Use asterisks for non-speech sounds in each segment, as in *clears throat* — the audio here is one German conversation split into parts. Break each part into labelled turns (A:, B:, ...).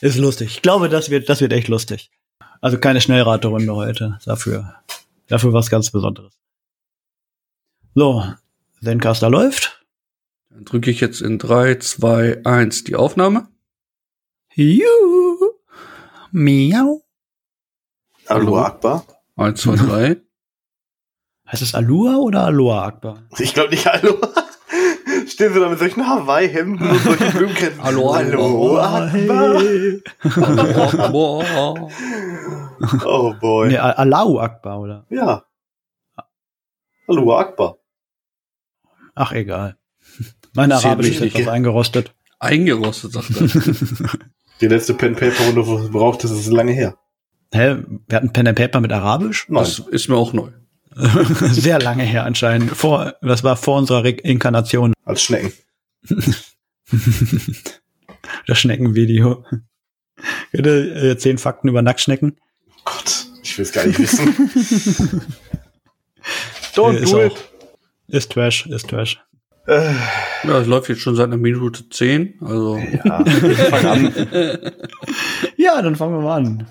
A: Ist lustig. Ich glaube, das wird, das wird echt lustig. Also keine Schnellraterunde heute. Dafür, dafür was ganz Besonderes. So, Zencaster läuft.
B: Dann drücke ich jetzt in 3, 2, 1 die Aufnahme.
A: Juhu. Miau.
B: Hallo.
C: Hallo Akbar.
B: 1, 2,
C: *laughs*
B: 3.
A: Heißt es Alua oder Aloha Akbar?
C: Ich glaube nicht Hallo. *laughs* Stehen sie da mit solchen Hawaii-Hemden und *laughs* solchen Blümengrenzen.
B: Hallo,
C: Hallo Akbar.
A: Oh, hey.
B: Boah, boah.
C: Oh boy.
A: Nee,
C: Ja.
A: A- Alau Akbar, oder?
C: Hallo Akbar.
A: Ach, egal. *laughs* Mein
B: Sehr
A: Arabisch ist
B: wichtig,
A: etwas
C: ja.
A: eingerostet.
B: Eingerostet, sagt er.
C: Die letzte Pen-Paper-Runde, wo es braucht, das ist lange her.
A: Hä? Wir hatten Pen and Paper mit Arabisch?
C: *laughs*
A: *laughs*
C: Nein.
B: Das ist mir auch neu.
A: Sehr lange her anscheinend. Vor, das war vor unserer Reinkarnation.
C: Als Schnecken.
A: Das Schneckenvideo. Bitte äh, zehn Fakten über Nacktschnecken.
C: Gott, ich will es gar nicht *laughs* wissen.
A: Äh, ist auch- Ist Trash, ist Trash.
C: Äh,
B: Ja, es läuft jetzt schon seit einer Minute 10. Also,
C: ja, *laughs* fang an.
A: Ja, dann fangen wir mal an.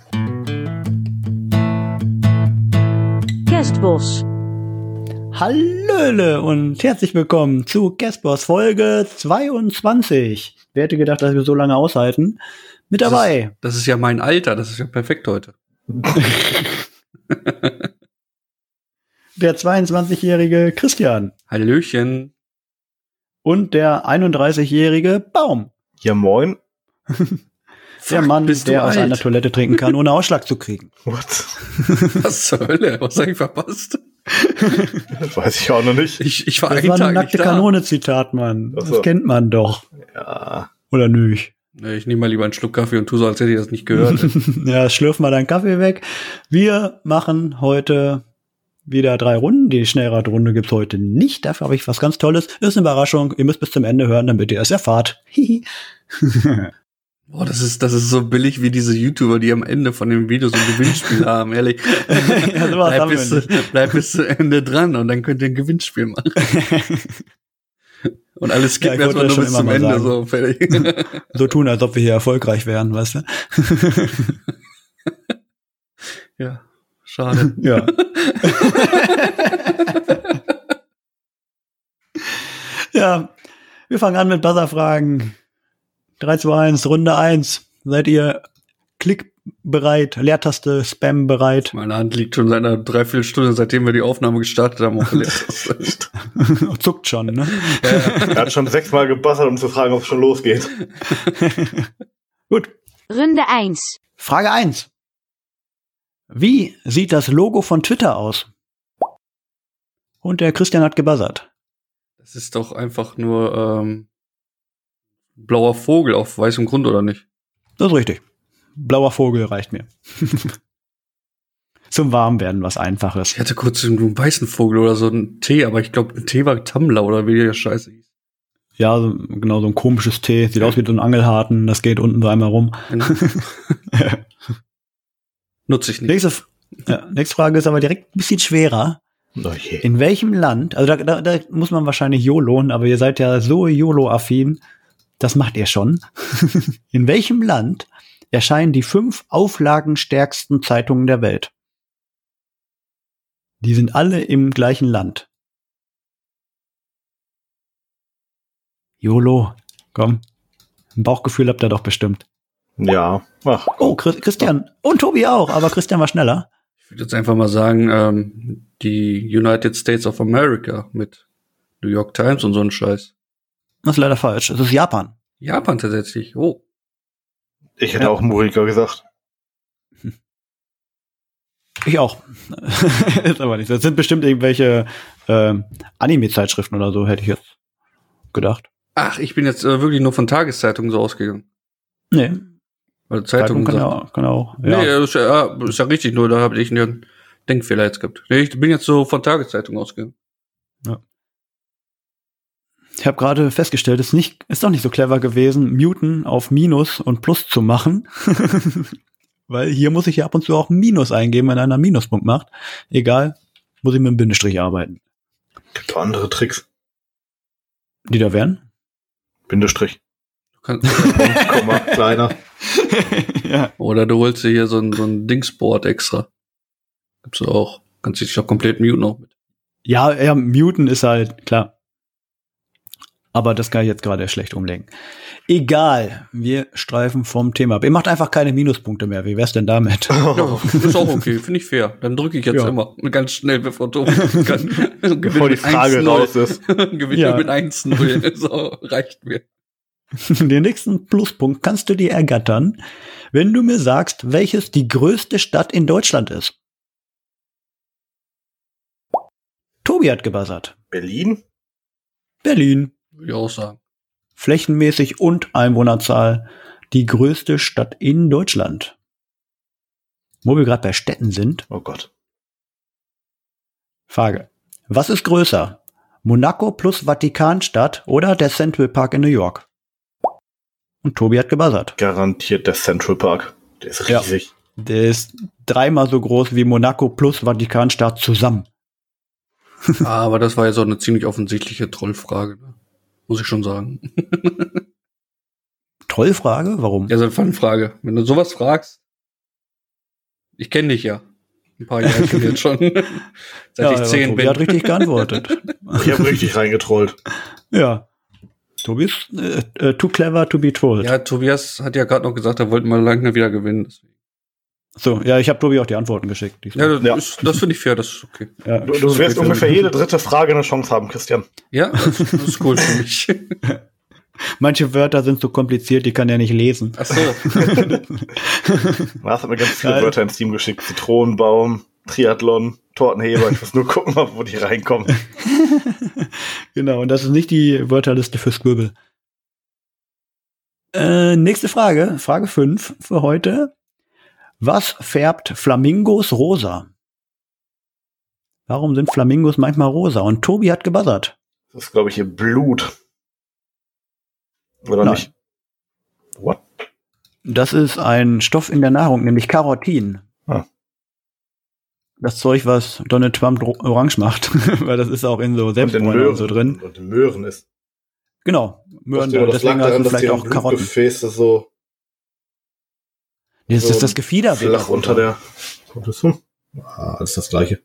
D: Kerstbos.
A: Hallöle und herzlich willkommen zu Caspers Folge 22. Wer hätte gedacht, dass wir so lange aushalten? Mit dabei.
B: das ist ja mein Alter. Das ist ja perfekt heute.
A: Der 22-jährige Christian
C: *laughs*
B: Hallöchen.
A: und der 31-jährige Baum.
C: Ja, moin.
A: Der
B: Fuck,
A: Mann,
B: bist du
A: der aus
B: alt.
A: einer Toilette trinken kann, ohne Ausschlag zu kriegen.
C: What?
B: Was zur Hölle? Was habe ich verpasst?
C: Weiß ich auch noch nicht.
B: Ich, ich war
A: Das
B: einen
A: war ein
B: Tag
A: nackte
B: nicht da.
A: Kanone-Zitat, Mann.
C: Ach so.
A: Das kennt man doch.
C: Ja.
A: Oder nicht?
B: Nee, Ich nehme mal lieber einen Schluck Kaffee und tu so, als hätte ich das nicht gehört.
A: ja, schlürf mal deinen Kaffee weg. Wir machen heute wieder drei Runden. Die Schnellradrunde gibt's heute nicht. Dafür habe ich was ganz Tolles. Ist eine Überraschung. Ihr müsst bis zum Ende hören, damit ihr es erfahrt. Hihi.
B: Boah, das ist, das ist so billig wie diese YouTuber, die am Ende von dem Video so
A: *laughs*
B: ein Gewinnspiel haben, ehrlich.
A: Ja, sowas
B: bleib,
A: haben wir
B: bis, zu- bleib bis zum Ende dran und dann könnt ihr ein
A: *laughs*
B: Gewinnspiel machen. Und alles
A: Ja, ich
B: skippen erstmal
A: wollte
B: nur
A: das schon
B: bis zum
A: immer
B: Ende,
A: mal sagen. *laughs*
B: so fertig.
A: so tun, als ob wir hier erfolgreich wären, weißt du?
B: ja, schade.
A: Ja. *laughs* ja, wir fangen an mit Buzzer-Fragen. 3, 2, 1, Runde 1. Seid ihr klickbereit, Leertaste, Spam
B: *laughs*
A: bereit?
B: Meine Hand liegt schon seit einer Dreiviertelstunde, seitdem wir die Aufnahme gestartet haben, auf der Leertaste.
A: *laughs* Zuckt schon, ne?
C: Er hat schon sechsmal gebassert, um zu fragen, ob es schon losgeht.
A: Gut.
D: Runde 1.
A: Frage 1. Wie sieht das Logo von Twitter aus? Und der Christian hat gebuzzert.
B: Das ist doch einfach nur ähm, blauer Vogel auf weißem Grund, oder nicht?
A: Das ist richtig. Blauer Vogel reicht mir. *laughs* Zum Warmwerden was Einfaches.
B: Ich hatte kurz einen weißen Vogel oder so einen Tee, aber ich glaube, ein Tee war Tamla oder wie der Scheiße hieß.
A: Ja, so, genau, so ein komisches Tee. Sieht aus wie so ein Angelhaken. Das geht unten so einmal rum.
B: Genau.
A: *laughs*
B: Nutze ich nicht.
A: Nächste, F- ja, nächste Frage ist aber direkt ein bisschen schwerer.
C: Oh je.
A: In welchem Land, also da, da, da muss man wahrscheinlich YOLOen, aber ihr seid ja so YOLO-affin, das macht ihr schon. *laughs* In welchem Land erscheinen die fünf auflagenstärksten Zeitungen der Welt? Die sind alle im gleichen Land. YOLO, komm. Ein Bauchgefühl habt ihr doch bestimmt.
C: Ja. Ach,
A: Oh, Chris- Christian und Tobi auch, aber Christian war schneller.
B: Ich würde jetzt einfach mal sagen, ähm, die United States of America mit New York Times und so ein Scheiß.
A: Das ist leider falsch. Es ist Japan.
B: Japan tatsächlich. Oh.
C: ich hätte
A: Ja.
C: auch Murika gesagt.
A: Ich auch. *laughs* ist aber nicht. so. Das sind bestimmt irgendwelche ähm, Anime-Zeitschriften oder so, hätte ich jetzt gedacht.
B: Ach, ich bin jetzt äh, wirklich nur von Tageszeitungen so ausgegangen.
A: Nee,
B: Weil
A: Zeitung
B: Zeitungen
A: kann ja
B: sagt-
A: auch. Kann auch ja.
B: Nee, ist ja, ah, ist ja richtig, nur da habe ich einen Denkfehler jetzt gehabt. Nee, ich bin jetzt so von Tageszeitungen ausgegangen.
A: Ich habe gerade festgestellt, ist nicht, ist doch nicht so clever gewesen, Muten auf Minus und Plus zu machen. *laughs* Weil hier muss ich ja ab und zu auch ein Minus eingeben, wenn einer einen Minuspunkt macht. Egal, muss ich mit einem Bindestrich arbeiten.
C: Gibt doch andere Tricks.
A: Die da wären?
C: Bindestrich. *laughs*
B: Du kannst,
A: *laughs*
C: Komma, kleiner.
A: ja.
B: Oder du holst dir hier so ein, so ein Dingsboard extra. Gibt's auch. Kannst dich auch komplett muten auch mit.
A: Ja, ja, muten ist halt, klar. Aber das kann ich jetzt gerade schlecht umlegen. Egal, wir streifen vom Thema ab. Ihr macht einfach keine Minuspunkte mehr. Wie wär's denn damit? *laughs*
B: Ja, ist auch okay, finde ich fair. Dann drücke ich jetzt
A: Ja.
B: immer ganz schnell, bevor du kann. Bevor
C: Bevor die Frage raus ist.
B: Gewinne
A: Ja.
B: mit 1 0. So, reicht mir.
A: Den nächsten Pluspunkt kannst du dir ergattern, wenn du mir sagst, welches die größte Stadt in Deutschland ist. Tobi hat gebuzzert.
C: Berlin?
A: Berlin,
B: Würde ich auch sagen.
A: flächenmäßig und Einwohnerzahl die größte Stadt in Deutschland. Wo wir gerade bei Städten sind,
C: Oh Gott.
A: Frage. Was ist größer? Monaco plus Vatikanstadt oder der Central Park in New York? Und Tobi hat gebuzzert.
C: Garantiert der Central Park. Der ist
A: Ja.
C: riesig.
A: Der ist dreimal so groß wie Monaco plus Vatikanstadt zusammen.
B: Ah, Aber das war ja so eine ziemlich offensichtliche Trollfrage. Ne? Muss ich schon sagen.
A: Toll Frage, warum?
B: Ja, so eine Fun-Frage. Wenn du sowas fragst, ich kenne dich ja. Ein paar Jahre jetzt schon. Seit ich
A: aber
B: zehn
A: Tobi
B: bin.
A: hat richtig geantwortet.
C: Ich habe *laughs* richtig reingetrollt.
A: *laughs* ja. Tobi ist äh, äh, too clever to be trolled.
B: Ja, Tobias hat ja gerade noch gesagt, er wollte mal lange wieder gewinnen. Deswegen.
A: So, ja, ich habe Tobi auch die Antworten geschickt.
B: Ja, das,
C: Ja.
B: ist- das finde ich fair, das ist okay.
A: Ja.
C: Du, du wirst ungefähr jede dritte Frage eine Chance haben, Christian.
B: Ja, das, das ist cool für mich.
A: Manche Wörter sind so kompliziert, die kann er nicht lesen.
B: Ach so.
C: Lars hat mir ganz viele
A: Geil.
C: Wörter ins Team geschickt. Zitronenbaum, Triathlon, Tortenheber. Ich muss nur gucken, wo die reinkommen.
A: *laughs* Genau, und das ist nicht die Wörterliste für Scribble. Äh, nächste Frage, Frage 5 für heute. Was färbt Flamingos rosa? Warum sind Flamingos manchmal rosa? Und Tobi hat gebuzzert.
C: Das ist, glaube ich, ihr Blut. Oder
A: Nein.
C: nicht? What?
A: Das ist ein Stoff in der Nahrung, nämlich Carotin.
C: Ah.
A: Das Zeug, was Donald Trump dro- orange macht, *laughs* weil das ist auch in so
C: Und in
A: Selbstbräunen und so drin.
C: Und in Möhren ist.
A: Genau, Möhren,
C: das, das lag
A: deswegen hast
C: daran,
A: du
C: dass
A: vielleicht
C: deren
A: auch Karotten.
C: Blutgefäße so
A: Jetzt
C: so
A: ist das Gefieder wieder
C: flach unter der. Kommt das so? Ah, alles das gleiche.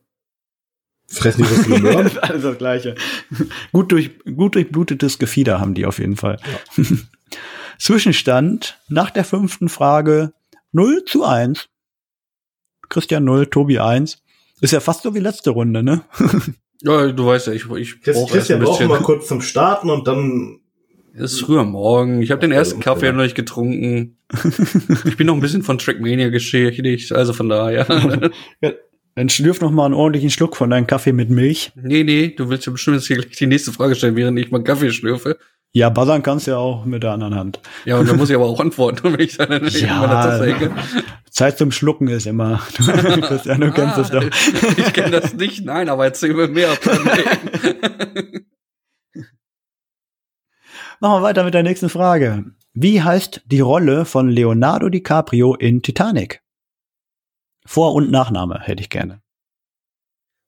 C: Fressen die so viele
B: *laughs*
A: Das ist alles das Gleiche. Gut, durch, gut durchblutetes Gefieder haben die auf jeden Fall. *laughs* Zwischenstand nach der fünften Frage 0 zu 1. Christian 0, Tobi 1. Ist ja fast so wie letzte Runde, ne?
B: Ja, du weißt ja, ich, ich
C: Chris,
B: brauche erst ein
C: Christian braucht mal
B: bisschen.
C: kurz zum Starten und dann.
B: Es ist früh am Morgen. Ich habe den ersten
C: Ja.
B: Kaffee noch
A: *laughs*
B: nicht getrunken. Ich bin noch ein bisschen von Trackmania geschädigt, also
A: *laughs*
B: von daher.
A: Dann schlürf noch mal einen ordentlichen Schluck von deinem Kaffee mit Milch.
B: Nee, nee, du willst ja bestimmt jetzt hier gleich die nächste Frage stellen, während ich meinen Kaffee schlürfe.
A: Ja, buzzern kannst du ja auch mit der anderen Hand.
B: Ja, und dann muss ich aber auch antworten, *laughs* wenn ich dann in
A: Ja.
B: meiner Tasse hänge.
A: Zeit zum Schlucken ist immer. *laughs* Christian, *laughs* du kennst das doch.
B: Ah, *laughs* Ich kenne das nicht, nein, aber erzähl mir mehr.
A: *laughs* Machen wir weiter mit der nächsten Frage. Wie heißt die Rolle von Leonardo DiCaprio in Titanic? Vor- und Nachname hätte ich gerne.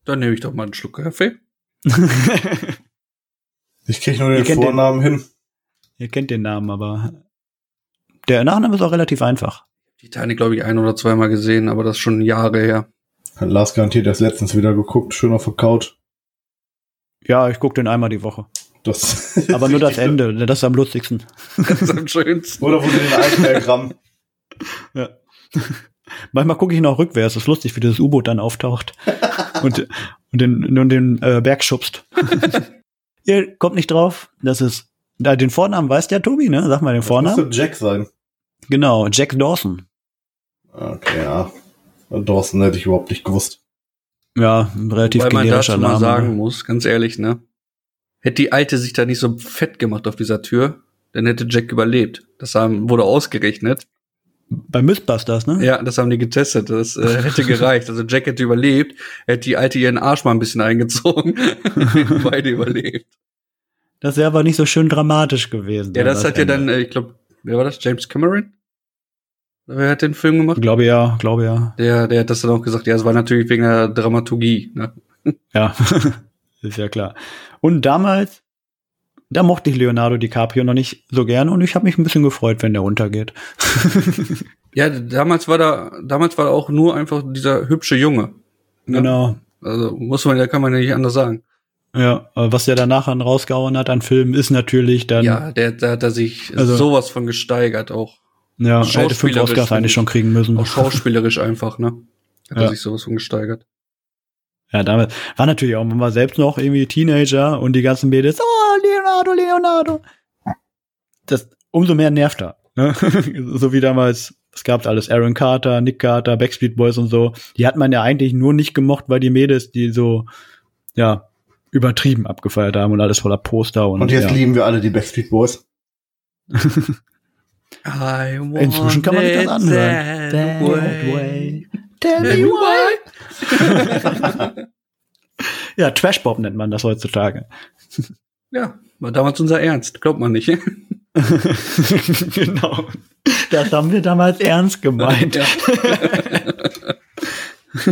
B: Dann nehme ich doch mal einen Schluck Kaffee.
C: Ich krieg nur
A: Ihr
C: den
A: kennt den-
C: Vornamen hin.
A: Ihr kennt den Namen, aber der Nachname ist auch relativ einfach.
B: Titanic, glaube ich, ein oder zweimal gesehen, aber das ist schon Jahre her. *laughs*
D: Hat Lars garantiert erst letztens wieder geguckt, schön auf der Couch.
A: Ja, ich gucke den einmal die Woche.
B: *laughs*
D: Das
A: Aber nur das Ende, das ist am lustigsten.
B: Das ist am schönsten.
D: Oder wo sie
B: *laughs*
D: den Eisdiagramm.
A: Manchmal gucke ich noch rückwärts, ist lustig, wie dieses U-Boot dann
B: *laughs*
A: auftaucht und, und den, und den äh, Berg
B: *laughs*
A: schubst. Ihr kommt nicht drauf, das ist. Da, den Vornamen weiß der Tobi, ne? Sag mal den Vornamen.
D: Müsste Jack sein.
A: Genau, Jack Dawson.
D: Okay, ja. Dawson hätte ich überhaupt nicht gewusst.
A: Ja, ein relativ
B: Weil man
A: generischer
B: dazu
A: Name.
B: mal sagen
A: ne?
B: muss, ganz ehrlich, ne? Hätte die Alte sich da nicht so fett gemacht auf dieser Tür, dann hätte Jack überlebt. Das haben, wurde ausgerechnet.
A: Bei Mythbusters, ne?
B: Ja, das haben die getestet. Das äh, hätte gereicht. Also Jack hätte überlebt, hätte die Alte ihren Arsch mal ein bisschen eingezogen. *laughs* Beide überlebt.
A: Das wäre aber nicht so schön dramatisch gewesen. ne?
B: Ja, das hat ja dann,
A: Ende.
B: äh, ich glaube, wer war das? James Cameron? Wer hat den Film gemacht?
A: Glaube ja, glaube ja.
B: Der, der hat das dann auch gesagt, ja, es war natürlich wegen
A: *laughs*
B: der Dramaturgie. Ne?
A: Ja, ist ja klar. Und damals Da mochte ich Leonardo DiCaprio noch nicht so gerne und ich habe mich ein bisschen gefreut, wenn der untergeht.
B: Ja, damals war da, damals war da auch nur einfach dieser hübsche Junge. ne?
A: Genau.
B: Also muss man, da kann man ja nicht anders sagen.
A: Ja, äh, was der danach an rausgehauen hat an Filmen, ist natürlich dann
B: ja, der, da hat er sich
A: Also-
B: sowas von gesteigert, auch,
A: ja, er hätte fünf
B: schauspielerisch
A: Oscars eigentlich schon kriegen müssen.
B: auch schauspielerisch einfach, ne? Hat
A: Ja.
B: er sich sowas von gesteigert.
A: Ja, damals war natürlich auch, man war selbst noch irgendwie Teenager und die ganzen Mädels, oh, Leonardo, Leonardo. Das umso mehr nervt er. Ne? *laughs* so wie damals, es gab alles Aaron Carter, Nick Carter, Backstreet Boys und so. Die hat man ja eigentlich nur nicht gemocht, weil die Mädels, die so, ja, übertrieben abgefeiert haben und alles voller Poster und,
D: Und jetzt
A: ja.
D: lieben wir alle die Backstreet Boys.
B: I
A: Inzwischen kann man sich das
B: want
A: anhören.
B: it
A: That
B: that way.
A: way. Tell me
B: Anyway.
A: Ja, Trashbop nennt man das heutzutage.
B: Ja, war damals unser Ernst, glaubt man nicht. *laughs*
A: genau. Das haben wir damals ernst gemeint.
B: ja.
A: *laughs*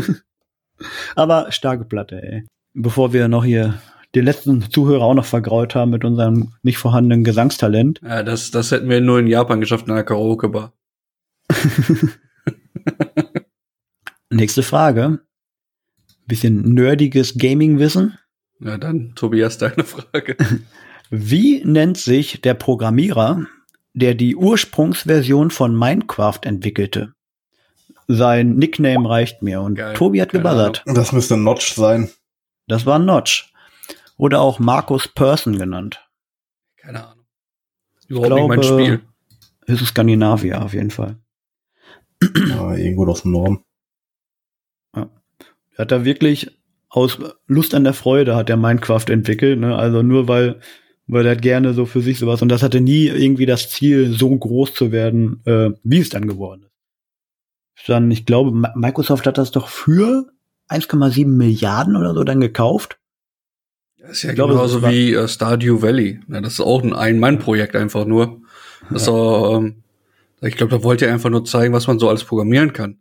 A: Aber starke Platte, ey. Bevor wir noch hier den letzten Zuhörer auch noch vergraut haben mit unserem nicht vorhandenen Gesangstalent.
B: ja, das, das hätten wir nur in Japan geschafft, in einer Karaoke-Bar. Mhm.
A: Nächste Frage. Bisschen nerdiges Gaming-Wissen.
B: Na dann, Tobias, deine Frage. *laughs*
A: Wie nennt sich der Programmierer, der die Ursprungsversion von Minecraft entwickelte? Sein Nickname reicht mir und
B: Geil.
A: Tobi hat
B: Keine
A: gebuzzert.
D: Und Das müsste Notch sein.
A: Das war Notch. Oder auch Markus Persson genannt.
B: Keine Ahnung. Überhaupt nicht mein
A: glaube-
B: Spiel.
A: Ist es Skandinavier auf jeden Fall.
D: Ja, Ah, irgendwo aus dem Norm.
A: hat er wirklich aus Lust an der Freude hat er Minecraft entwickelt, ne? Also nur weil weil er hat gerne so für sich sowas und das hatte nie irgendwie das Ziel so groß zu werden, äh, wie es dann geworden ist. Ist Dann ich glaube Ma- Microsoft hat das doch für 1,7 Milliarden oder so dann gekauft.
B: Das ist ja
A: Ich glaube,
B: genauso
A: das war-
B: wie äh, Stardew Valley. Na, das ist auch ein Ein-Mann-Projekt einfach nur. Das war, ähm, ich glaube, da wollte er einfach nur zeigen, was man so alles programmieren kann.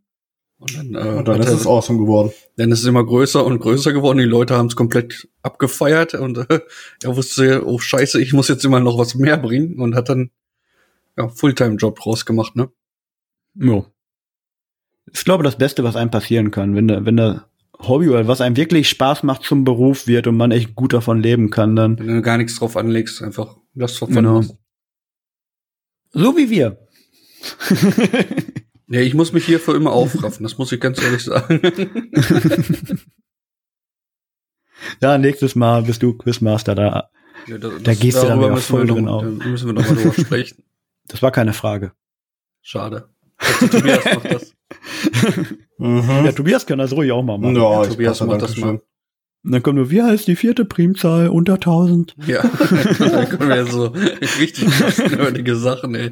B: Und dann, äh,
D: Und dann
B: hat
D: ist
B: er-
D: es awesome geworden.
B: Dann ist es immer größer und größer geworden. Die Leute haben es komplett abgefeiert und *laughs* äh, er wusste, oh Scheiße, ich muss jetzt immer noch was mehr bringen und hat dann ja Fulltime-Job draus gemacht, ne?
A: Ja. Ich glaube, das Beste, was einem passieren kann, wenn der, wenn der Hobby oder was einem wirklich Spaß macht zum Beruf wird und man echt gut davon leben kann, dann
B: Wenn du gar nichts drauf anlegst, einfach das drauf
A: Genau.
B: anmachst.
A: so wie wir.
B: Nee, ich muss mich hierfür immer aufraffen, das muss ich ganz ehrlich sagen.
A: Ja, nächstes Mal bist du Quizmaster da.
B: Ja, da,
A: Da gehst du dann wieder
B: darüber müssen wir
A: voll
B: noch-
A: drin auf.
B: Da müssen wir nochmal drüber sprechen.
A: Das war keine Frage.
B: Schade. Also, Tobias macht
A: *laughs*
B: das.
A: Ja,
D: Mhm.
A: Tobias kann das ruhig auch mal
D: Ja,
A: machen.
B: Ja,
D: ich
B: Tobias
D: passe,
B: macht das
D: Dankeschön.
B: mal.
A: Und Dann kommt nur, wie heißt die vierte Primzahl unter 1000?
B: Ja, da können wir so richtig nerdige Sachen, ey.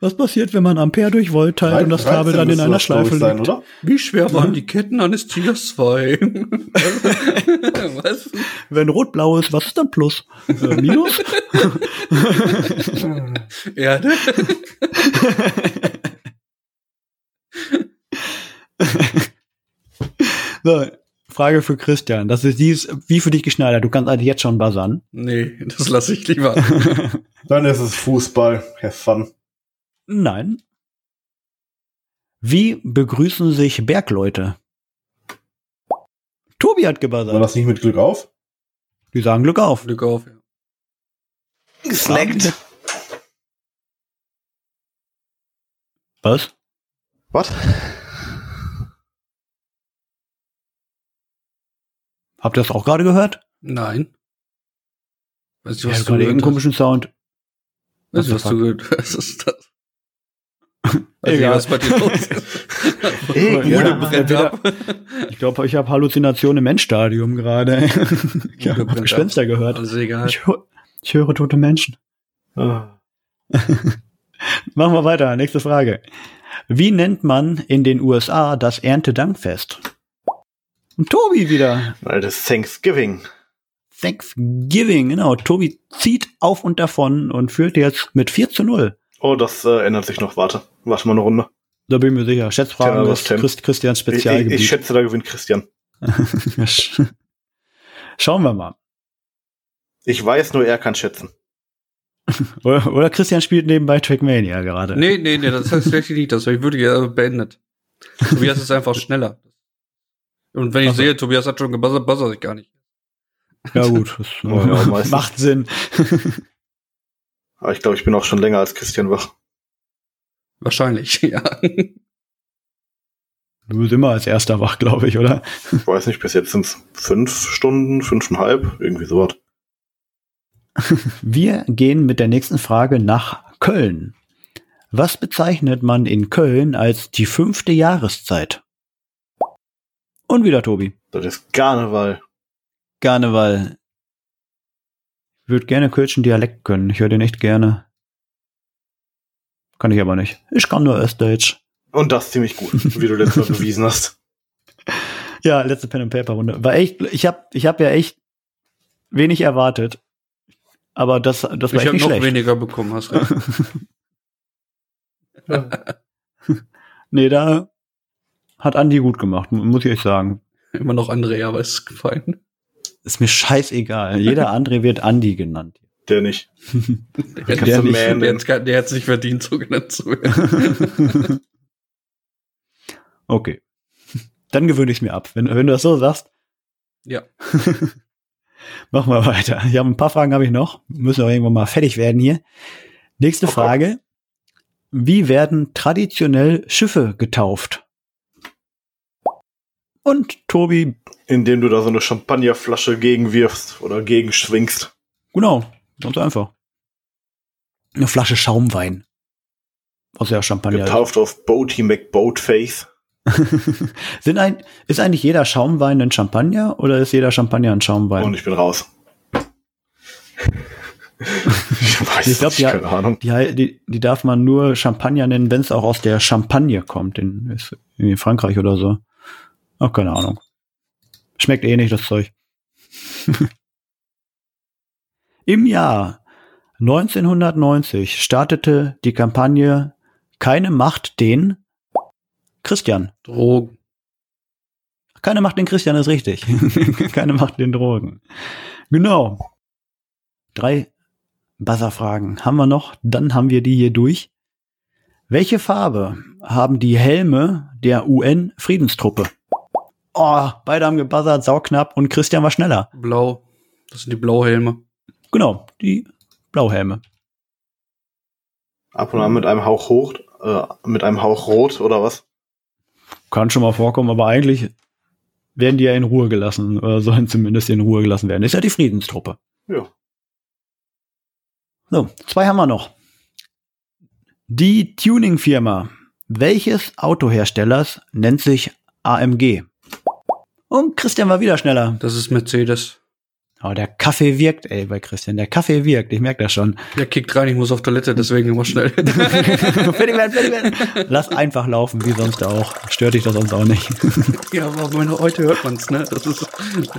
A: Was passiert, wenn man Ampere durch Volt teilt und das Kabel
D: 13
A: dann in
D: müsste
A: einer
D: das, glaub ich,
A: Schleife
D: sein,
A: liegt?
D: oder?
B: Wie schwer waren die Ketten eines Tigers 2? Was?
A: Wenn rot-blau ist, was ist dann
D: *laughs*
A: Plus? Äh, Minus?
B: Erde?
A: so, Frage für Christian. Das ist dies, wie für dich geschneidert. Du kannst eigentlich jetzt schon buzzern.
B: Nee, das lasse ich lieber.
D: Dann ist es Fußball. Have fun.
A: Nein. Wie begrüßen sich Bergleute? Tobi hat
D: War
A: gebuzzert.
D: das nicht mit Glück auf?
A: Die sagen Glück auf.
B: Glück auf. ja.
E: Gesnackt.
A: Was?
E: Was?
A: Habt ihr das auch gerade gehört?
B: Nein. Weißt du,
A: Ja,
B: was du
A: gerade irgendeinen
B: gehört hast?
A: komischen Sound.
B: Weißt du, was
A: What the
B: du gehört hast? Was ist das? Weiß
A: Egal.
B: nicht, was bei dir
A: *laughs*
B: los ist.
E: Egal.
B: Bude brennt
A: Entweder-
B: ab.
A: Ich glaube, ich habe Halluzinationen im Endstadium gerade. *laughs* ich
B: Ja,
A: habe
B: brennt ab.
A: Gespenster gehört.
B: Also egal.
A: Ich, hö- ich höre tote Menschen.
C: Ah.
A: *laughs* Machen wir weiter. Nächste Frage. Wie nennt man in den USA das Erntedankfest? Und Tobi wieder.
C: Altes Thanksgiving.
A: Thanksgiving, genau. Tobi zieht auf und davon und führt jetzt mit 4 zu 0.
C: Oh, das äh, ändert sich noch. Warte. Warte mal eine Runde.
A: Da bin ich mir sicher. Schätzfragen
C: Tja,
A: ist
C: Tim.
A: Christ Christians
C: Ich, ich,
A: Spezialgebiet.
C: ich schätze, da gewinnt Christian.
A: Sch- *laughs* Schauen wir mal.
C: Ich weiß nur, er kann schätzen.
A: Oder, oder Christian spielt nebenbei Trackmania gerade.
B: Nee, nee, nee, das heißt tatsächlich nicht. Das würde ja beendet. Tobias ist einfach schneller. Und wenn ich
A: Ach so.
B: sehe, Tobias hat schon gebuzzert, buzzer ich gar nicht.
A: Ja gut, das
C: Ja, ja,
A: *laughs*
C: meistens.
A: macht Sinn.
C: Aber ich glaube, ich bin auch schon länger als Christian wach.
B: Wahrscheinlich, *laughs* ja.
A: Du bist immer als erster wach, glaube ich, oder?
C: Ich weiß nicht, bis jetzt sind es fünf Stunden, fünfeinhalb, irgendwie sowas.
A: Wir gehen mit der nächsten Frage nach Köln. Was bezeichnet man in Köln als die fünfte Jahreszeit? Und wieder Tobi.
C: Das ist Karneval.
A: Karneval. Ich würde gerne Kölschen Dialekt können. Ich höre den echt gerne. Kann ich aber nicht. Ich kann nur Östdeutsch.
C: Und das ziemlich gut, wie du letztes Mal *laughs* bewiesen hast.
A: Ja, letzte Pen and Paper Runde. War echt, ich habe ich hab ja echt wenig erwartet. Aber das, das war
B: Ich
A: echt
B: habe
A: nicht
B: noch
A: schlecht.
B: weniger bekommen, hast recht.
A: *laughs* Nee, da hat Andi gut gemacht, mu- muss ich euch sagen.
B: Immer noch Andrea, aber ist gefallen.
A: Ist mir scheißegal. Jeder andere wird Andi genannt.
C: Der nicht.
B: Der,
A: Der
B: hat's-
A: hat's-
B: der, hat's gar- der hat es nicht verdient, so genannt zu werden.
A: *laughs* okay. Dann gewöhne ich es mir ab. Wenn, wenn du das so sagst,
B: Ja.
A: *laughs* mach mal weiter. Ich habe ein paar Fragen habe ich noch. Müssen auch irgendwann mal fertig werden hier. Nächste
C: Okay.
A: Frage. Wie werden traditionell Schiffe getauft? Und Tobi,
C: Indem du da so eine Champagnerflasche gegenwirfst oder gegenschwingst.
A: genau, ganz einfach. Eine Flasche Schaumwein. Aus der Champagner.
C: Getauft auf Boaty McBoatface.
A: *laughs* Sind ein, ist eigentlich jeder Schaumwein ein Champagner oder ist jeder Champagner ein Schaumwein?
C: Und ich bin *laughs* raus. ich weiß
A: Ich glaub,
C: nicht,
A: ja.
C: keine Ahnung.
A: Die, hei- die, die darf man nur Champagner nennen, wenn es auch aus der Champagne kommt, in, ist in Frankreich oder so. Auch keine Ahnung. Schmeckt eh nicht das Zeug. *laughs* Im Jahr 1990 startete die Kampagne Keine Macht den Christian.
B: Drogen.
A: Keine Macht den Christian ist richtig. Keine Macht den Drogen. Genau. Drei Buzzer-Fragen haben wir noch. Dann haben wir die hier durch. Welche Farbe haben die Helme der UN-Friedenstruppe? Oh, beide haben gebuzzert, sauknapp und Christian war schneller.
B: Blau. Das sind die Blauhelme.
A: Genau, die Blauhelme.
C: Ab und an mit einem Hauch hoch, äh, mit einem Hauch rot oder was?
A: Kann schon mal vorkommen, aber eigentlich werden die ja in Ruhe gelassen oder sollen zumindest in Ruhe gelassen werden. Ist ja die Friedenstruppe.
C: Ja.
A: So, zwei haben wir noch. Die Tuning-Firma welches Autoherstellers nennt sich AMG? Und Christian war wieder schneller.
B: Das ist Mercedes.
A: Oh, der Kaffee wirkt, ey, bei Christian. Der Kaffee wirkt, ich merke das schon.
B: Der kickt rein, ich muss auf Toilette, deswegen
A: *laughs*
B: immer schnell.
A: fertig werden, fertig werden. Lass einfach laufen, wie sonst auch. Stört dich das sonst auch nicht.
B: ja, aber meine, heute hört man's, ne? Das ist.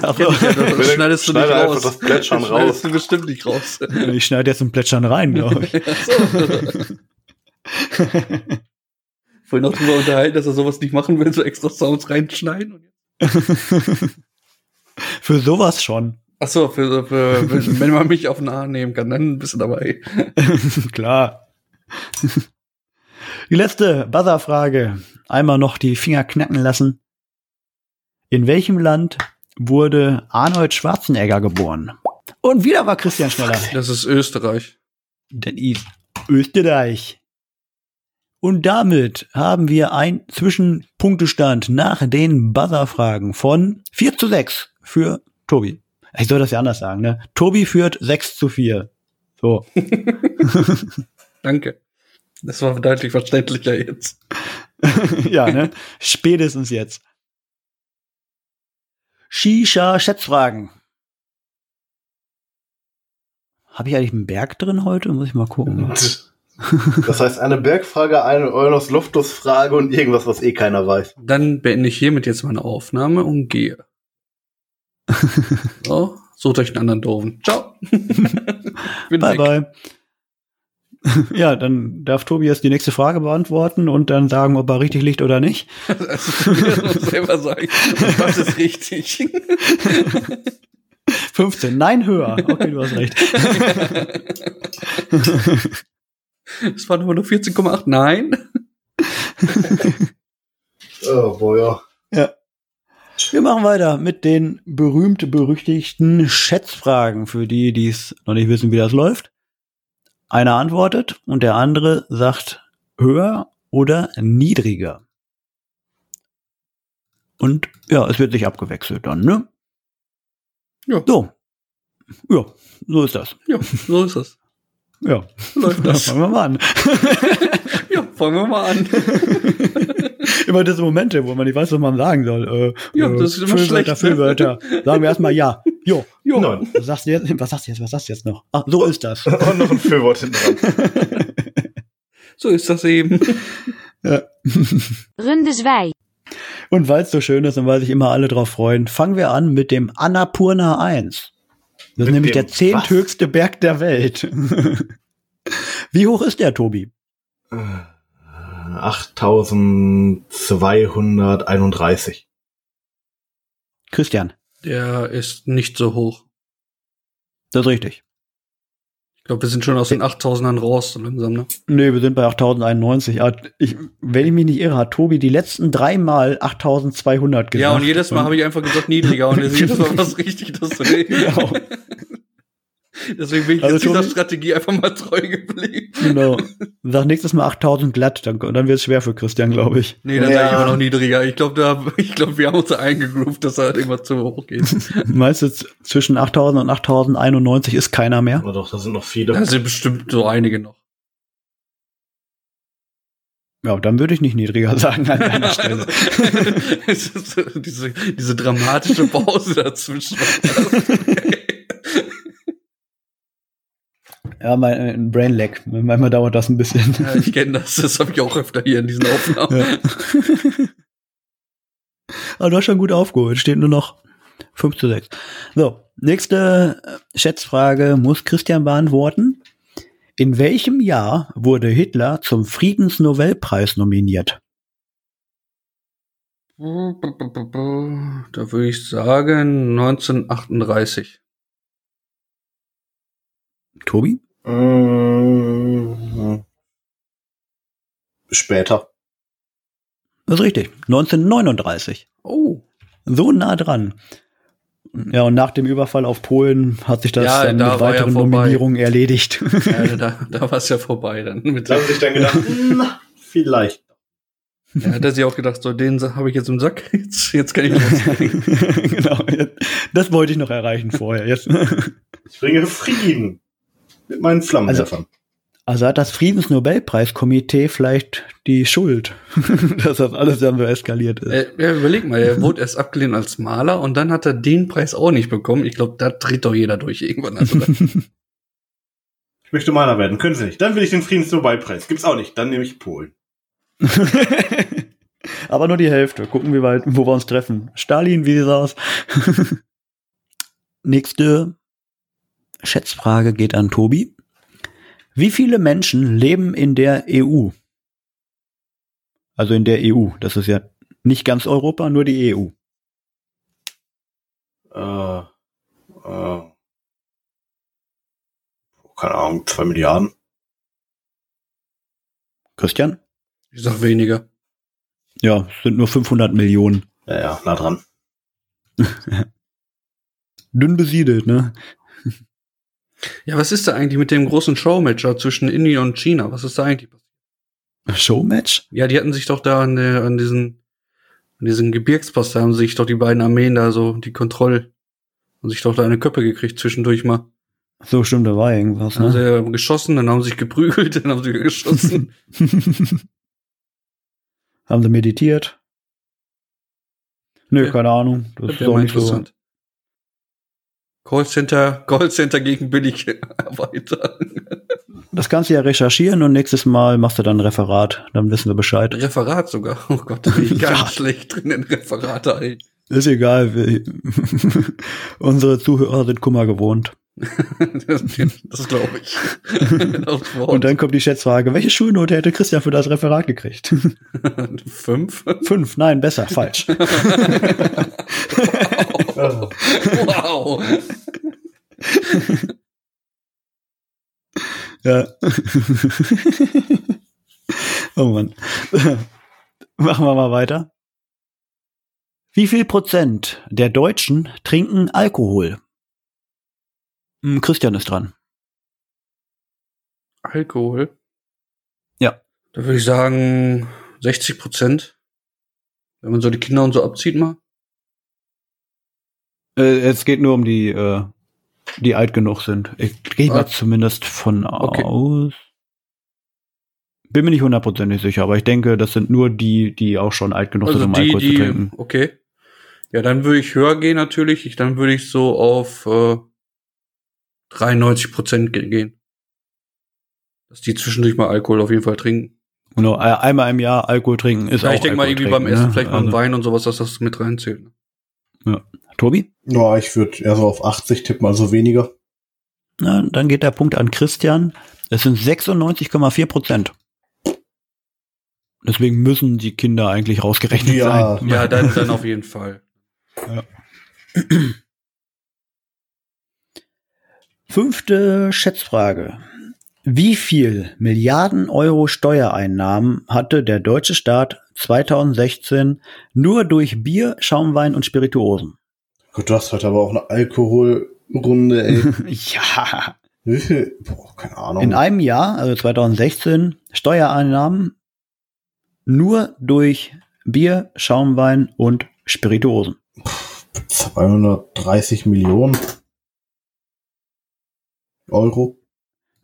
A: Ach
B: Das
A: so.
B: kenn ich
A: *laughs*
B: ja, das, das schneidest du nicht
C: Schneide einfach
B: raus.
C: das Plätschern
B: Das schneidest
C: raus.
B: du bestimmt nicht raus.
A: Ich schneide jetzt ein Plätschern rein, glaube ich.
B: Vorhin noch drüber unterhalten, dass er sowas nicht machen will, so extra Sounds reinschneiden. Und
A: Für sowas schon.
B: Ach so, für, für, wenn wenn man mich auf den Arm nehmen kann, dann bist du dabei.
A: *laughs* Klar. Die letzte Buzzer-Frage. Einmal noch die Finger knacken lassen. In welchem Land wurde Arnold Schwarzenegger geboren? Und wieder war Christian schneller.
B: Das ist Österreich.
A: Denn ist Österreich. Und damit haben wir einen Zwischenpunktestand nach den Buzzer-Fragen von 4 zu 6 für Tobi. Ich soll das ja anders sagen, ne? Tobi führt 6 zu 4. So.
B: Danke. Das war deutlich verständlicher jetzt.
A: *laughs* ja, ne? Spätestens jetzt. Shisha Schätzfragen. Habe ich eigentlich einen Berg drin heute? Muss ich mal gucken.
C: Das heißt, eine Bergfrage, eine Eunos Luftus-Frage und irgendwas, was eh keiner weiß.
B: Dann beende ich hiermit jetzt meine Aufnahme und *laughs* gehe. So, sucht euch einen anderen Doofen. *laughs* Ciao. Bin
A: Bye
B: weg. *laughs*
A: bye. *laughs* Ja, dann darf Tobias die nächste Frage beantworten und dann sagen, ob er richtig liegt oder nicht.
B: Also, ich muss selber sagen, das ist richtig.
A: 15. Nein, höher. Okay, du hast recht.
B: Es waren immer nur 14,8. Nein.
D: Oh, boah, ja.
A: Wir machen weiter mit den berühmt-berüchtigten Schätzfragen, für die, die es noch nicht wissen, wie das läuft. Einer antwortet und der andere sagt höher oder niedriger. Und ja, es wird sich abgewechselt dann, ne?
B: Ja.
A: So. Ja, so ist das.
B: Ja, so ist das.
A: Ja,
B: Läuft
A: das
B: *laughs*
A: *laughs*
B: das.
A: fangen wir mal an.
B: Ja, fangen wir mal an.
A: Immer diese Momente, wo man nicht weiß, was man sagen soll. Äh,
B: Ja,
A: äh,
B: das ist immer
A: Füllwörter,
B: schlecht. ne?
A: Füllwörter. Sagen wir erstmal ja. Jo.
B: Jo.
C: Nein.
A: Was sagst du jetzt? *laughs* Was sagst du jetzt? Was sagst du jetzt noch? Ah, so ist das.
C: *laughs* Und noch ein Füllwort hinten dran.
B: So ist das eben.
E: Rundezwij.
A: Und weil es so schön ist und weil sich immer alle drauf freuen, fangen wir an mit dem Annapurna 1. Das
C: Mit
A: ist nämlich
C: dem
A: der zehnthöchste Berg der Welt. *laughs* Wie hoch ist der, Tobi?
D: 8231.
A: Christian.
B: Der ist nicht so hoch.
A: Das ist richtig.
B: Ich glaube, wir sind schon aus den 8000ern raus, so langsam, ne?
A: Nee, wir sind bei 8091. Aber ich, wenn ich mich nicht irre, hat Tobi die letzten drei Mal 8200 gesagt.
B: Ja, und jedes Mal habe ich einfach gesagt niedriger und *laughs* jetzt jedes Mal was richtig.
A: *laughs*
B: Das
A: Genau.
B: Deswegen bin ich
A: Also
B: jetzt dieser
A: Tobi-
B: Strategie einfach mal treu geblieben.
A: Genau. Sag nächstes Mal 8000 glatt, dann, dann wird es schwer für Christian, glaube ich.
B: Nee, dann
C: Ja.
B: sage ich immer noch niedriger. Ich glaube, da, ich glaube, wir haben uns da eingegroovt, dass er halt immer zu hoch geht.
A: Meistens zwischen 8000 und 8091 ist keiner mehr.
D: Aber doch, da sind noch
B: Da
D: viele.
B: sind bestimmt so einige *laughs* noch.
A: Ja, dann würde ich nicht niedriger *laughs* sagen an deiner Stelle.
B: Also, *laughs* Es ist so diese, diese dramatische Pause *laughs* dazwischen.
A: Ja, mein äh, ein Brain Lag. Manchmal dauert das ein bisschen.
B: Ja, ich kenne das, das habe ich auch öfter hier in diesen
A: *laughs*
B: Aufnahmen.
A: Ja. Aber du hast schon gut aufgeholt. Steht nur noch 5 zu 6. So, nächste äh, Schätzfrage muss Christian beantworten. In welchem Jahr wurde Hitler zum Friedensnobelpreis nominiert?
B: Da würde ich sagen 1938.
A: Tobi?
C: Mm, hm.
D: Mhm. Später.
A: Das ist richtig. 1939.
B: Oh,
A: So nah dran. Ja, und nach dem Überfall auf Polen hat sich das
B: Ja,
A: dann
B: da
A: mit
B: war ja
A: weiteren
B: vorbei.
A: Nominierungen erledigt. *laughs*
B: ja, also da, da war es ja vorbei dann. Mit
D: Da
B: der,
D: haben sich dann gedacht, na, vielleicht.
B: ja, hat er sich auch gedacht, so den habe ich jetzt im Sack. *laughs* Jetzt, jetzt kann ich los.
A: genau. Das wollte ich noch erreichen vorher. Jetzt. *laughs*
D: Ich bringe Frieden mit meinen Flammenwerfern.
A: Also hat das Friedensnobelpreiskomitee vielleicht die Schuld, *laughs* dass das alles dann so eskaliert ist.
B: äh, ja, überleg mal, er wurde erst abgelehnt als Maler und dann hat er den Preis auch nicht bekommen. Ich glaube, da dreht doch jeder durch irgendwann. Also, da-
D: ich möchte Maler werden, können sie nicht. Dann will ich den Friedensnobelpreis. Gibt's auch nicht. Dann nehme ich Polen.
A: *laughs* Aber nur die Hälfte. Gucken, wie weit, wo wir uns treffen. Stalin, wie sieht's aus? *laughs* Nächste Schätzfrage geht an Tobi. Wie viele Menschen leben in der EU? Also in der EU. Das ist ja nicht ganz Europa, nur die E EU.
D: Äh, äh, keine Ahnung, zwei Milliarden.
A: Christian?
B: ich sag weniger.
A: Ja, es sind nur 500 Millionen.
D: Naja, nah dran.
A: Dünn besiedelt, ne?
B: Ja, was ist da eigentlich mit dem großen Showmatcher zwischen Indien und China? Was ist da eigentlich passiert?
A: Showmatch?
B: Ja, die hatten sich doch da an, der, an diesen an diesem Gebirgspass, da haben sich doch die beiden Armeen da so die Kontrolle und sich doch da eine Köppe gekriegt zwischendurch mal.
A: So, stimmt, da war irgendwas,
B: Dann haben
A: ne?
B: sie geschossen, dann haben sie sich geprügelt, *laughs* dann haben sie
A: *laughs*
B: wieder geschossen.
A: Haben sie meditiert? Nö,
B: Ja.
A: keine Ahnung. Das
B: Das
A: ist
B: wäre
A: doch
B: mal
A: nicht so.
B: interessant. Callcenter, Callcenter gegen *laughs* Billigarbeiter.
A: Das kannst du ja recherchieren und nächstes Mal machst du dann ein Referat. Dann wissen wir Bescheid.
B: Referat sogar. Oh Gott, da bin ich ganz
A: Ja.
B: schlecht drin in Referate. Ey. *laughs*
A: Ist egal. Wir, *laughs* unsere Zuhörer sind Kummer gewohnt.
B: Das, das glaube
A: *laughs*
B: ich. Genau Das Wort.
A: Und dann kommt die Schätzfrage. Welche Schulnote hätte Christian für das Referat gekriegt? *laughs*
B: Fünf?
A: Fünf. Nein, besser. Falsch.
D: Ja,
B: *laughs* wow.
A: Ja. *laughs* oh Mann. *laughs* Machen wir mal weiter. Wie viel Prozent der Deutschen trinken Alkohol? Hm, Christian ist dran.
B: Alkohol?
A: Ja.
B: Da würde ich sagen 60 Prozent. Wenn man so die Kinder und so abzieht mal.
A: Äh, es geht nur um die, äh, die alt genug sind. Ich gehe mal
B: Ah.
A: zumindest von
B: Okay.
A: aus. Bin mir nicht hundertprozentig sicher, aber ich denke, das sind nur die, die auch schon alt genug
B: Also
A: sind, um
B: die,
A: Alkohol zu
B: die,
A: trinken.
B: okay. Ja, dann würde ich höher gehen natürlich. Ich, dann würde ich so auf äh, 93 Prozent gehen. Dass die zwischendurch mal Alkohol auf jeden Fall trinken.
A: Genau, ein- einmal im Jahr Alkohol trinken ist
B: Ja,
A: auch
B: ich denke mal
A: Alkohol
B: irgendwie
A: trinken,
B: beim Essen,
A: ne?
B: vielleicht mal
A: Also-
B: einen Wein und sowas, dass das mit reinzählt. ne?
A: Tobi?
D: *laughs* Ja, ich würde eher so auf 80 tippen, also weniger.
A: Na, dann geht der Punkt an Christian. Es sind 96,4 Prozent. Deswegen müssen die Kinder eigentlich rausgerechnet
D: Ja.
A: sein.
B: Ja, dann, dann auf jeden Fall.
A: *laughs* 5. Schätzfrage. Wie viel Milliarden Euro Steuereinnahmen hatte der deutsche Staat 2016 nur durch Bier, Schaumwein und Spirituosen?
D: Gut, du hast heute aber auch eine Alkoholrunde, ey.
A: Ja.
D: Wie viel? Boah, keine Ahnung.
A: In einem Jahr, also 2016, Steuereinnahmen nur durch Bier, Schaumwein und Spirituosen.
D: 230 Millionen Euro.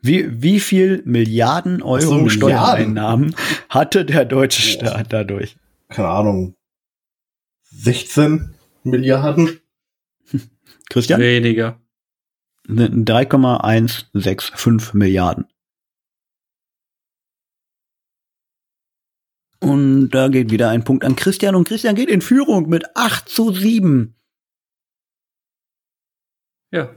A: Wie, wie viel Milliarden Euro
D: Milliarden.
A: Steuereinnahmen hatte der deutsche Staat dadurch?
D: Keine Ahnung. 16 Milliarden?
A: Christian?
B: Weniger.
A: 3,165 Milliarden. Und da geht wieder ein Punkt an Christian und Christian geht in Führung mit 8 zu 7.
B: Ja.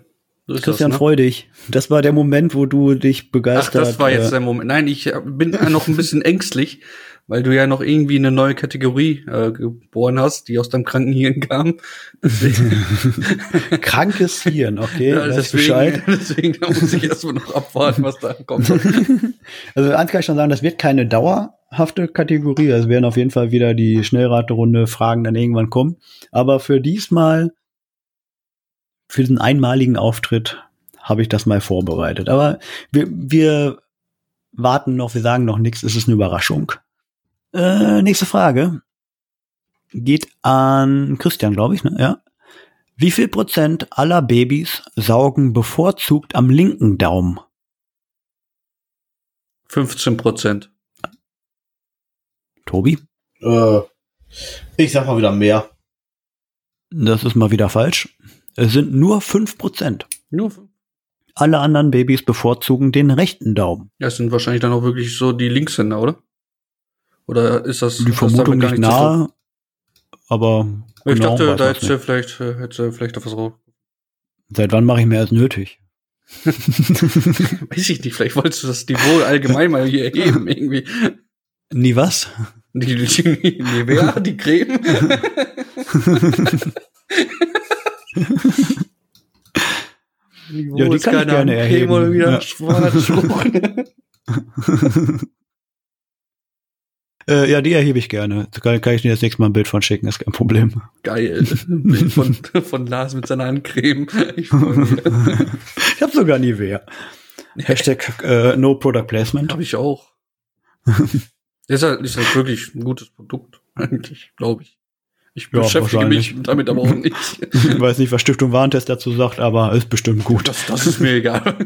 B: So ist
A: Christian,
B: das, ne?
A: freu dich. Das war der Moment, wo du dich
B: Ach,
A: begeistert
B: das war jetzt
A: äh,
B: der Moment. Nein, ich äh, bin ja noch ein bisschen ängstlich, weil du ja noch irgendwie eine neue Kategorie äh, geboren hast, die aus deinem kranken Hirn
A: *laughs*
B: kam. Deswegen,
A: äh,
B: *laughs*
A: krankes Hirn, okay?
B: ja,
A: Weißt
B: deswegen, *laughs* deswegen da muss ich erstmal noch abwarten, was da kommt.
A: *laughs* Also eins kann ich schon sagen, das wird keine dauerhafte Kategorie. Es werden auf jeden Fall wieder die Schnellraterunde Fragen dann irgendwann kommen. Aber für diesmal, für diesen einmaligen Auftritt, habe ich das mal vorbereitet. Aber wir, wir warten noch, wir sagen noch nichts, es ist eine Überraschung. Äh, nächste Frage geht an Christian, glaube ich, ne? Ja. Wie viel Prozent aller Babys saugen bevorzugt am linken Daumen?
B: 15 Prozent.
A: Tobi?
D: Äh, ich sag mal wieder mehr.
A: Das ist mal wieder falsch. Es sind nur 5%.
B: Nur, fünf.
A: Alle anderen Babys bevorzugen den rechten Daumen.
B: ja, es sind wahrscheinlich dann auch wirklich so die Linkshänder, oder? Oder ist das
A: Die
B: das
A: Vermutung
B: damit
A: nicht
B: zu tun?
A: nahe, aber
B: Ich
A: genau
B: dachte,
A: weiß
B: da
A: man's
B: hätte vielleicht, äh, hätte vielleicht auf was raus. *laughs*
A: seit wann mache ich mehr als nötig?
B: Weiß ich nicht, vielleicht wolltest du das Niveau allgemein
A: *laughs*
B: mal hier erheben, irgendwie.
A: Nie was?
B: Die, die, die, die, wer? die Creme? Niveau
A: Ja, die
B: ist
A: kann ich
B: keine
A: gerne
B: Ahnung,
A: erheben.
B: Creme oder wieder
A: Ja.
B: schwarz.
A: *laughs* Äh, ja, die erhebe ich gerne. Da Kann, kann ich dir das nächste Mal ein Bild von schicken, ist kein Problem.
B: *laughs* Geil. Bild von, von Lars mit seiner Handcreme. Ich freu mich.
A: ich habe sogar nie wer. Hashtag äh, No Product Placement.
B: Hab ich auch. ist, halt, ist halt wirklich ein gutes Produkt, eigentlich, glaube ich. Ich
A: Ja,
B: beschäftige mich
A: wahrscheinlich.
B: damit aber auch nicht.
A: Ich weiß nicht, was Stiftung Warentest dazu sagt, aber ist bestimmt gut.
B: Das, das ist mir
A: *laughs*
B: egal.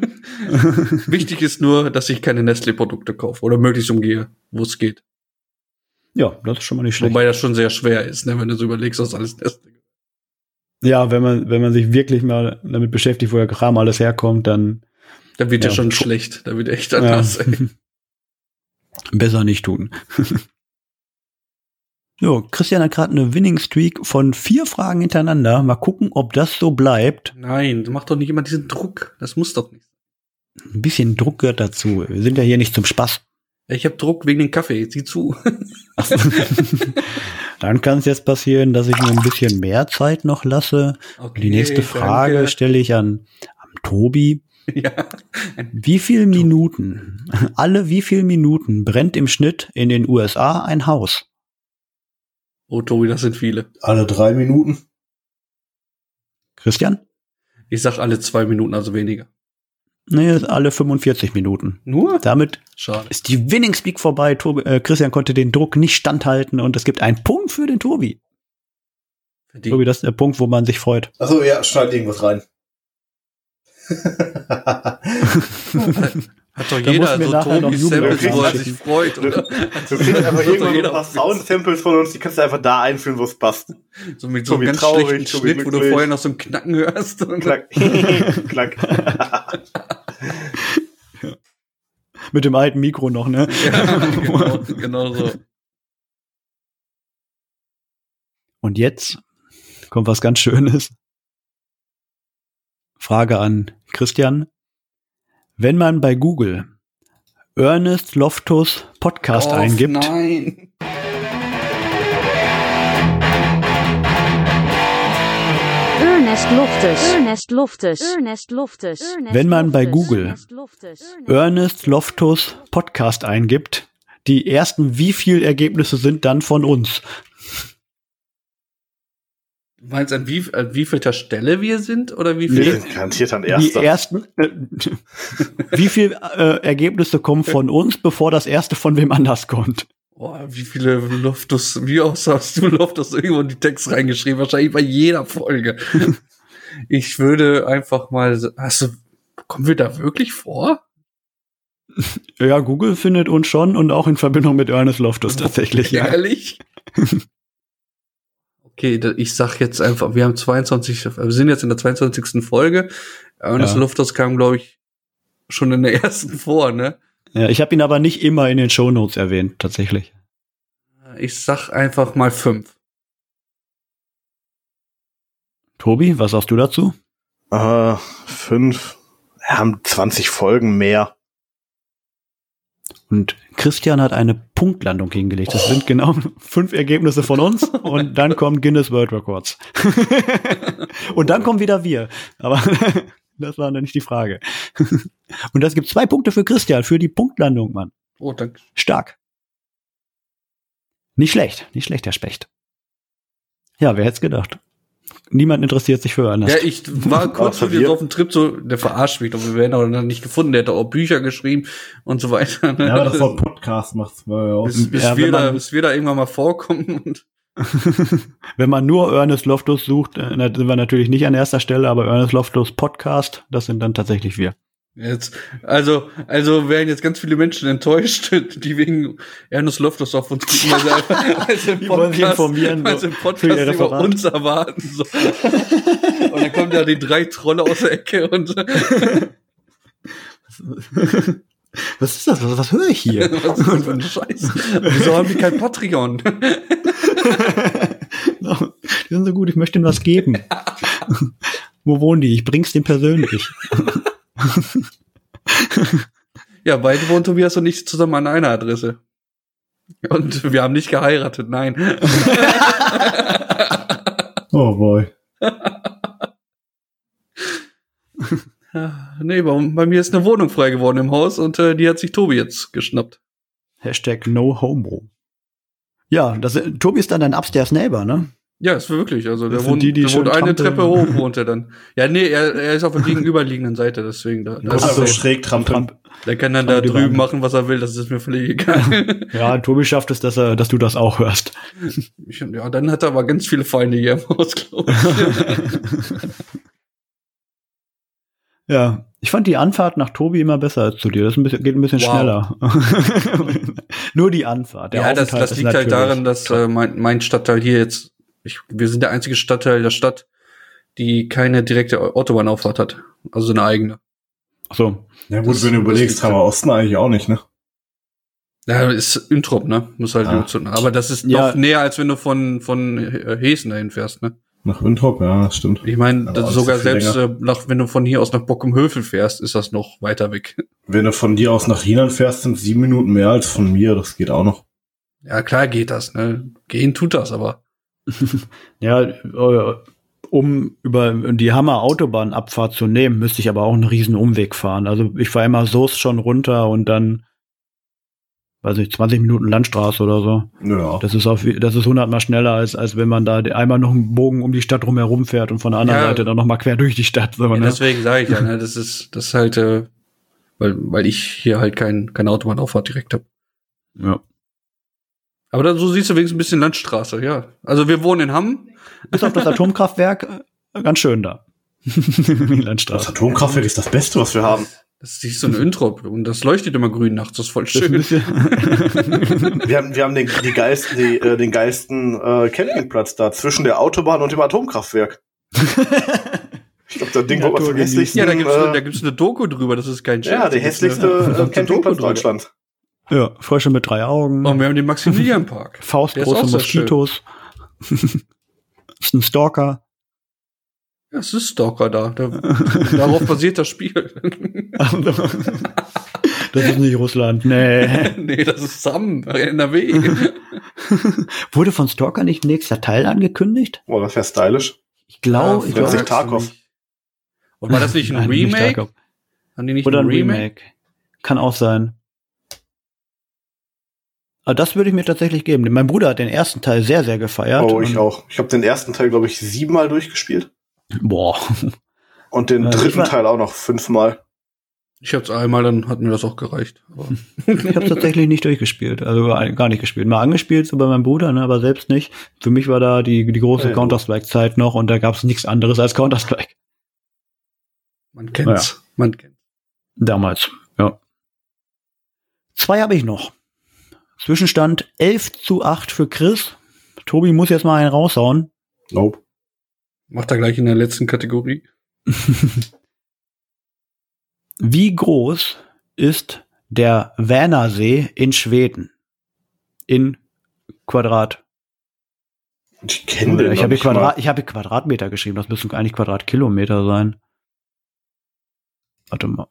B: Wichtig ist nur, dass ich keine Nestle-Produkte kaufe oder möglichst umgehe, wo es geht.
A: Ja, das ist schon mal nicht schlecht.
B: Wobei das schon sehr schwer ist, ne, wenn du so überlegst, was alles Nestle.
A: Ja, wenn man, wenn man sich wirklich mal damit beschäftigt, wo der Kram alles herkommt, dann
B: Da wird ja,
A: Ja.
B: schon schlecht. Da wird echt
A: Ja.
B: anders. ey.
A: *laughs* besser nicht tun. *laughs* so, Christian hat gerade eine Winning Streak von vier Fragen hintereinander. Mal gucken, ob das so bleibt.
B: Nein, mach doch nicht immer diesen Druck. Das muss doch nicht.
A: Ein bisschen Druck gehört dazu. Wir sind ja *laughs* hier nicht zum Spaß. *laughs*
B: Ich habe Druck wegen dem Kaffee. Sieh zu.
A: Dann kann es jetzt passieren, dass ich mir ein bisschen mehr Zeit noch lasse.
B: Okay,
A: Die nächste Frage
B: danke.
A: stelle ich an, an Tobi.
B: *laughs* Ja,
A: Wie viel Minuten, alle wie viel Minuten brennt im Schnitt in den USA ein Haus?
B: oh Tobi, das sind viele.
D: Alle drei Minuten.
A: Christian?
B: Ich sag alle zwei Minuten, also weniger.
A: Nee, alle 45 Minuten.
B: Nur?
A: Damit
B: Schade.
A: ist die Winning Speak vorbei. Tobi, äh, Christian konnte den Druck nicht standhalten und es gibt einen Punkt für den Tobi.
B: Die,
A: Tobi, das ist der Punkt, wo man sich freut.
D: Also ja, schneid irgendwas rein. *laughs*
B: hat doch
A: Da
B: jeder
A: muss mir
B: so
A: nachher noch
B: Tobis
A: Jubel
B: Samples, wo er sich
A: schicken.
B: freut. Oder?
C: Du kriegst
B: *laughs*
C: einfach
B: Das hat doch
C: irgendwann
B: jeder
C: so ein paar
B: auf-
C: Soundsamples von uns, die kannst du einfach da einführen, wo es passt.
B: So mit so einem
C: Tobi
B: ganz
C: traurig,
B: schlechten
C: Tobi
B: Schnitt, wo du
C: glücklich.
B: vorher noch so ein Knacken hörst. Und
C: Klack. Klack.
A: Mit dem alten Mikro noch, ne?
B: *laughs* ja, genau, genau so.
A: Und jetzt kommt was ganz Schönes. Frage an Christian. Wenn man bei Google Ernest Loftus Podcast
B: Oh,
A: eingibt,
B: Nein.
E: Ernest Loftus. Ernest Loftus. Ernest Loftus.
A: Wenn man bei Google
E: Ernest Loftus.
A: Ernest Loftus Podcast eingibt, die ersten wie viel Ergebnisse sind dann von uns?
B: Du meinst, an wie, an wievielter Stelle wir sind? Oder wie
C: Wir
B: viel?
C: sind garantiert an erster.
A: Die ersten, äh, wie viel äh, Ergebnisse kommen von uns, bevor das erste von wem anders kommt?
B: Boah, Oh, wie viele Loftus, wie oft hast du Loftus irgendwo in die Text reingeschrieben? Wahrscheinlich bei
A: *laughs*
B: jeder Folge. ich würde einfach mal, so- hast du, kommen wir da wirklich vor?
A: Ja, Google findet uns schon und auch in Verbindung mit Ernest Loftus tatsächlich. Ja. *laughs*
B: Ehrlich? okay, da, ich sag jetzt einfach, wir haben 22, wir sind jetzt in der 22. Folge. Ernest
A: Ja.
B: Loftus kam, glaube ich, schon in der ersten *laughs* vor, ne?
A: Ja, ich habe ihn aber nicht immer in den Shownotes erwähnt, tatsächlich.
B: Ich sag einfach mal fünf.
A: Tobi, was sagst du dazu?
C: Äh, fünf. Wir haben 20 Folgen mehr.
A: Und Christian hat eine Punktlandung hingelegt. Das
B: Oh.
A: sind genau *laughs* fünf Ergebnisse von uns und dann kommen Guinness World Records. *laughs* und dann kommen wieder wir. Aber *laughs* das war dann nicht die Frage. *laughs* und das gibt zwei Punkte für Christian, für die Punktlandung, Mann.
B: Oh, danke.
A: Stark. Nicht schlecht, nicht schlecht, Herr Specht. Ja, wer hätte es gedacht? Niemand interessiert sich für Ernest.
B: Ja, ich war kurz
C: Außer
B: mit dir
C: wir.
B: auf dem Trip, so, der verarscht mich doch, wir werden auch dann nicht gefunden, der hat auch Bücher geschrieben und so weiter. Ne?
D: Ja, aber das war ein Podcast, macht's mal aus.
B: bis, bis,
A: Ja,
B: wir
A: wenn
B: da,
A: man-
B: bis wir da irgendwann mal vorkommen und
A: Wenn man nur Ernest Loftus sucht, äh, na- sind wir natürlich nicht an erster Stelle, aber Ernest Loftus Podcast, das sind dann tatsächlich wir.
B: Jetzt, also, also wären jetzt ganz viele Menschen enttäuscht, *laughs* die wegen Ernest Loftus auf uns gucken, weil sie,
A: *laughs*
B: weil sie
A: Die
B: im
A: wollen sich
B: Podcast,
A: informieren,
B: weil
A: so,
B: sie im
A: für ihr
B: Podcast über
A: Referat.
B: uns erwarten. So. Und dann kommen da die drei Trolle aus der Ecke und *laughs*
A: Was ist das? Was, was höre ich hier?
B: was ist das für ein Scheiß? Wieso haben die kein *laughs* Patreon?
A: Genau. *laughs* die sind so gut, ich möchte ihnen was *laughs* geben. Wo wohnen die? Ich bring's denen persönlich.
B: Ja, beide wohnen Tobias und ich zusammen an einer Adresse. Und wir haben nicht
A: *laughs*
B: geheiratet, nein.
D: Oh boy.
B: *laughs* Nee, bei, bei mir ist eine Wohnung frei geworden im Haus und äh, die hat sich Tobi jetzt geschnappt.
A: Hashtag no homo. Ja, das, Tobi ist dann dein Upstairs Neighbor, ne?
B: Ja, ist wirklich. Also der
A: Das sind
B: wohnt,
A: die, die
B: der
A: schon
B: wohnt eine
A: trampeln.
B: Treppe
A: *laughs*
B: hoch, wohnt er dann. Ja, nee, er, er ist auf der gegenüberliegenden Seite, deswegen. Da,
D: Du musst
A: Ach
B: das,
A: so.
D: einfach schräg trampeln.
A: Trump.
B: der kann dann da
A: Trampel-
B: drüben machen, was er will, das ist mir völlig egal. *laughs*
A: Ja, Tobi schafft es, dass, er, dass du das auch hörst.
B: Ich- ja, dann hat er aber ganz viele Feinde hier im Haus, glaube ich.
A: *laughs* Ja, ich fand die Anfahrt nach Tobi immer besser als zu dir. Das ist ein bisschen, geht ein bisschen
B: Wow.
A: schneller. *laughs* Nur die Anfahrt. Der
B: ja, das,
A: Aufenthalt
B: das
A: ist
B: liegt halt
A: natürlich-
B: daran, dass äh, mein, mein Stadtteil hier jetzt, ich, wir sind der einzige Stadtteil der Stadt, die keine direkte Autobahnauffahrt hat. Also eine eigene.
A: Ach So,
D: Ja gut,
B: Das-
D: wenn du
B: das
D: überlegst,
B: liegt-
D: haben wir Osten eigentlich auch nicht, ne?
B: Ja, ist Introp, ne? Muss halt
D: Ah.
B: ah. Aber das ist
A: Ja.
B: noch näher, als wenn du von, von äh, Hessen dahin fährst, ne?
D: Nach Windhoek, ja, das stimmt.
B: Ich meine,
D: Aber
B: das-
D: alles
B: sogar
D: so viel
B: selbst äh, nach, wenn du von hier aus nach Bockumhövel fährst, ist das noch weiter weg.
D: Wenn du von dir aus nach Hinan fährst, sind sieben Minuten mehr als von mir, das geht auch noch.
B: Ja, klar geht das, ne? Gehen tut das, aber
A: Ja, äh, um über die Hammer Autobahnabfahrt zu nehmen, müsste ich aber auch einen riesen Umweg fahren. Also ich fahre immer Soest schon runter und dann, weiß nicht, 20 Minuten Landstraße oder so.
D: Ja.
A: Das ist auf, das ist hundertmal schneller als, als wenn man da einmal noch einen Bogen um die Stadt rumherum fährt und von der anderen
B: Ja.
A: Seite dann noch mal quer durch die Stadt. So,
B: ja,
A: ne?
B: deswegen sage ich
A: *laughs*
B: ja, ne? Das ist, das ist halt, äh, weil, weil ich hier halt kein, keine Autobahnauffahrt direkt habe.
A: ja.
B: Aber dann so siehst du wenigstens ein bisschen Landstraße, ja. Also wir wohnen in Hamm.
A: Bis auf das Atomkraftwerk, äh, ganz schön da. *laughs* die
D: Das
A: Landstraße.
D: Atomkraftwerk ist das Beste, was wir haben.
B: Das siehst du in Introp und das leuchtet immer grün nachts, das ist voll
A: Das ist ein
B: *laughs* schön.
A: bisschen-
D: Wir haben, wir haben den, die geilsten, die, äh, den geilsten äh, Campingplatz da zwischen der Autobahn und dem Atomkraftwerk. Ich glaube, das Ding wird
A: Natur
D: am
A: genießen.
B: *laughs*
D: hässlichsten.
B: Ja, da gibt's,
D: äh,
B: da gibt's eine Doku drüber, das ist kein
D: ja, der
B: Das ist eine
D: hässlichste äh,
B: verdammte *laughs*
D: Campingplatz
B: Doku drüber.
D: Deutschlands.
A: ja, Frösche mit drei Augen.
B: Und wir haben den Maximilianpark. Der ist auch
A: Faustgroße
B: sehr schön.
A: Moskitos. *laughs* ist ein Stalker.
B: Ja, es ist Stalker da.
A: *laughs*
B: da darauf basiert das Spiel. *laughs*
A: Also, das ist nicht Russland. Nee.
B: nee, das ist Sam, NRW.
A: Wurde von Stalker nicht nächster Teil angekündigt?
D: Boah, das wäre stylisch.
A: Ich glaube,
D: Ja,
A: ich
D: fragt
A: glaube.
D: sich Tarkov.
B: Und war das nicht
A: *laughs*
B: ein
A: Nein, nicht
B: Remake?
A: Tarkov.
B: Haben die nicht
A: Oder
B: ein
A: ein
B: Remake?
A: Remake. Kann auch sein. Aber das würde ich mir tatsächlich geben. denn Mein Bruder hat den ersten Teil sehr, sehr gefeiert.
D: oh, ich
A: Und-
D: auch. Ich habe den ersten Teil, glaube ich, siebenmal durchgespielt.
A: Boah. *laughs*
D: Und den
A: Äh, ich
D: dritten
A: war-
D: Teil auch noch fünfmal.
B: Ich hab's einmal, dann hat mir das auch gereicht.
A: *laughs*
B: Aber
A: Ich habe tatsächlich nicht durchgespielt, also gar nicht gespielt. Mal angespielt so bei meinem Bruder, ne, aber selbst nicht. Für mich war da die, die große
D: Ja.
A: Counter-Strike-Zeit noch und da gab es nichts anderes als Counter-Strike.
B: man kennt's. Man kennt's.
A: Damals, ja. Zwei habe ich noch. Zwischenstand 11 zu 8 für Chris. Tobi muss jetzt mal einen raushauen.
D: Nope.
B: Macht er gleich in der letzten Kategorie.
A: Wie groß ist der Vänersee in Schweden? In Quadrat.
D: Ich kenne den.
A: ich
D: noch
A: habe
D: nicht
A: Quadrat,
D: mal.
A: ich habe Quadratmeter geschrieben. Das müssen eigentlich Quadratkilometer sein. Warte mal.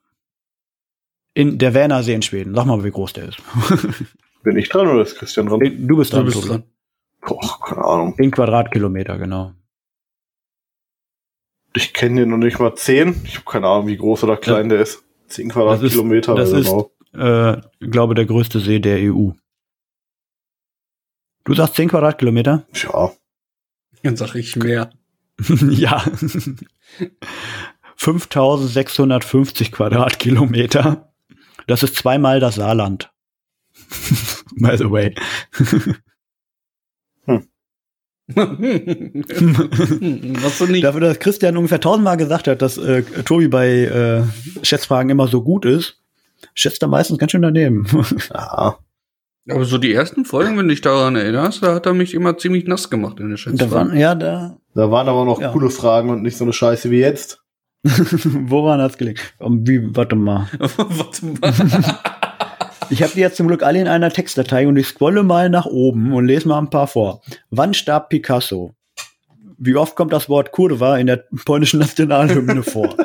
A: In der Vänersee in Schweden. Sag mal, wie groß der ist. *laughs*
D: Bin ich dran oder ist Christian dran?
A: In- Du bist
B: Du
A: dran.
B: bist
A: Tobi.
B: dran.
D: Boah, keine Ahnung.
A: In Quadratkilometer, genau.
D: Ich kenne den noch nicht mal zehn. Ich habe keine Ahnung, wie groß oder klein der ist. Zehn Quadratkilometer
A: das
D: oder
A: ist-
D: so.
A: Äh, ich glaube, der größte See der EU. Du sagst 10 Quadratkilometer?
D: Ja,
B: Dann sag
A: *laughs*
B: ich mehr.
A: ja. 5650 Quadratkilometer. Das ist zweimal das Saarland. *laughs* By the way.
B: Was du nicht.
A: Dafür, dass Christian ungefähr tausendmal gesagt hat, dass äh, Tobi bei äh, Schätzfragen immer so gut ist, schätzt er meistens ganz schön daneben.
D: ja.
B: Aber so die ersten Folgen, wenn du dich daran erinnerst, da hat er mich immer ziemlich nass gemacht in
A: *laughs*
B: der
A: da
B: Schätzfrage.
A: waren, ja, da, *laughs*
D: Da waren aber noch
A: Ja.
D: coole Fragen und nicht so eine Scheiße wie jetzt.
A: woran hat's gelegt? Um, wie, warte mal.
B: *laughs*
A: *laughs*
B: Warte mal.
A: Ich habe die jetzt zum Glück alle in einer Textdatei und ich scrolle mal nach oben und lese mal ein paar vor. Wann starb Picasso? Wie oft kommt das Wort Kurva in der polnischen Nationalhymne vor?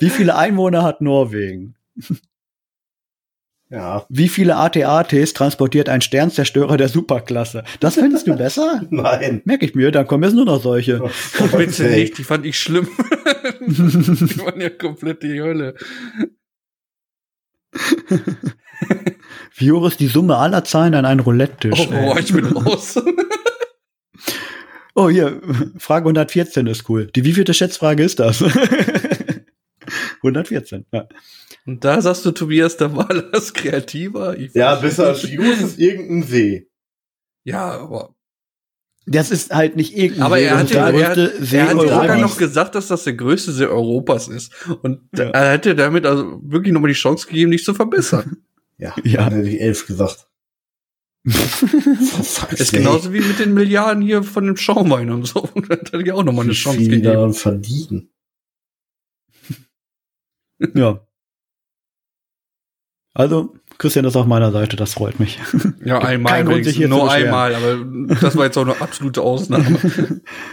A: Wie viele Einwohner hat Norwegen?
D: Ja,
A: Wie viele ATATs transportiert ein Sternzerstörer der Superklasse? Das findest du besser?
D: nein.
A: Merke ich mir, dann kommen jetzt nur noch solche.
B: Bitte
D: Hey.
B: nicht, die fand ich schlimm. *laughs* die waren ja komplett die Hölle.
A: Wie hoch ist die Summe aller Zahlen an einem
B: Oh,
A: Roulette-Tisch?
B: oh,
A: ey?
B: ich bin raus.
A: oh, hier, Frage 114 ist cool. Die wievielte Schätzfrage ist das? *laughs* 114, ja.
B: Und da sagst du, Tobias, da war *laughs* das kreativer. Ich-
D: Ja, besser als Jus ist irgendein See.
B: Ja, aber,
A: Das ist halt nicht irgendein
B: aber
A: See,
B: er
A: das
B: hat,
A: ist
B: ja,
A: der
B: er, hat,
A: größte See
B: er hat sogar
A: Europas.
B: noch gesagt, dass das der größte See Europas ist. Und
A: Ja.
B: er hätte damit also wirklich nochmal die Chance gegeben, dich
A: *laughs*
B: zu verbessern.
D: Ja,
A: Ja.
D: dann hätte ich
B: *laughs*
D: elf gesagt.
B: Das ist genauso wie mit den Milliarden hier von dem Schaumwein und so. *laughs* Und da hätte ich auch nochmal eine Chance
D: viel die
B: gegeben.
D: daran verdienen.
A: Ja. Also, Christian ist auf meiner Seite, das freut mich. *laughs*
B: Ja, einmal
A: Kein Grund, sich
B: wenigstens.
A: hier zu
B: Nur
A: beschweren.
B: einmal, aber das war jetzt auch eine
A: *laughs*
B: absolute Ausnahme.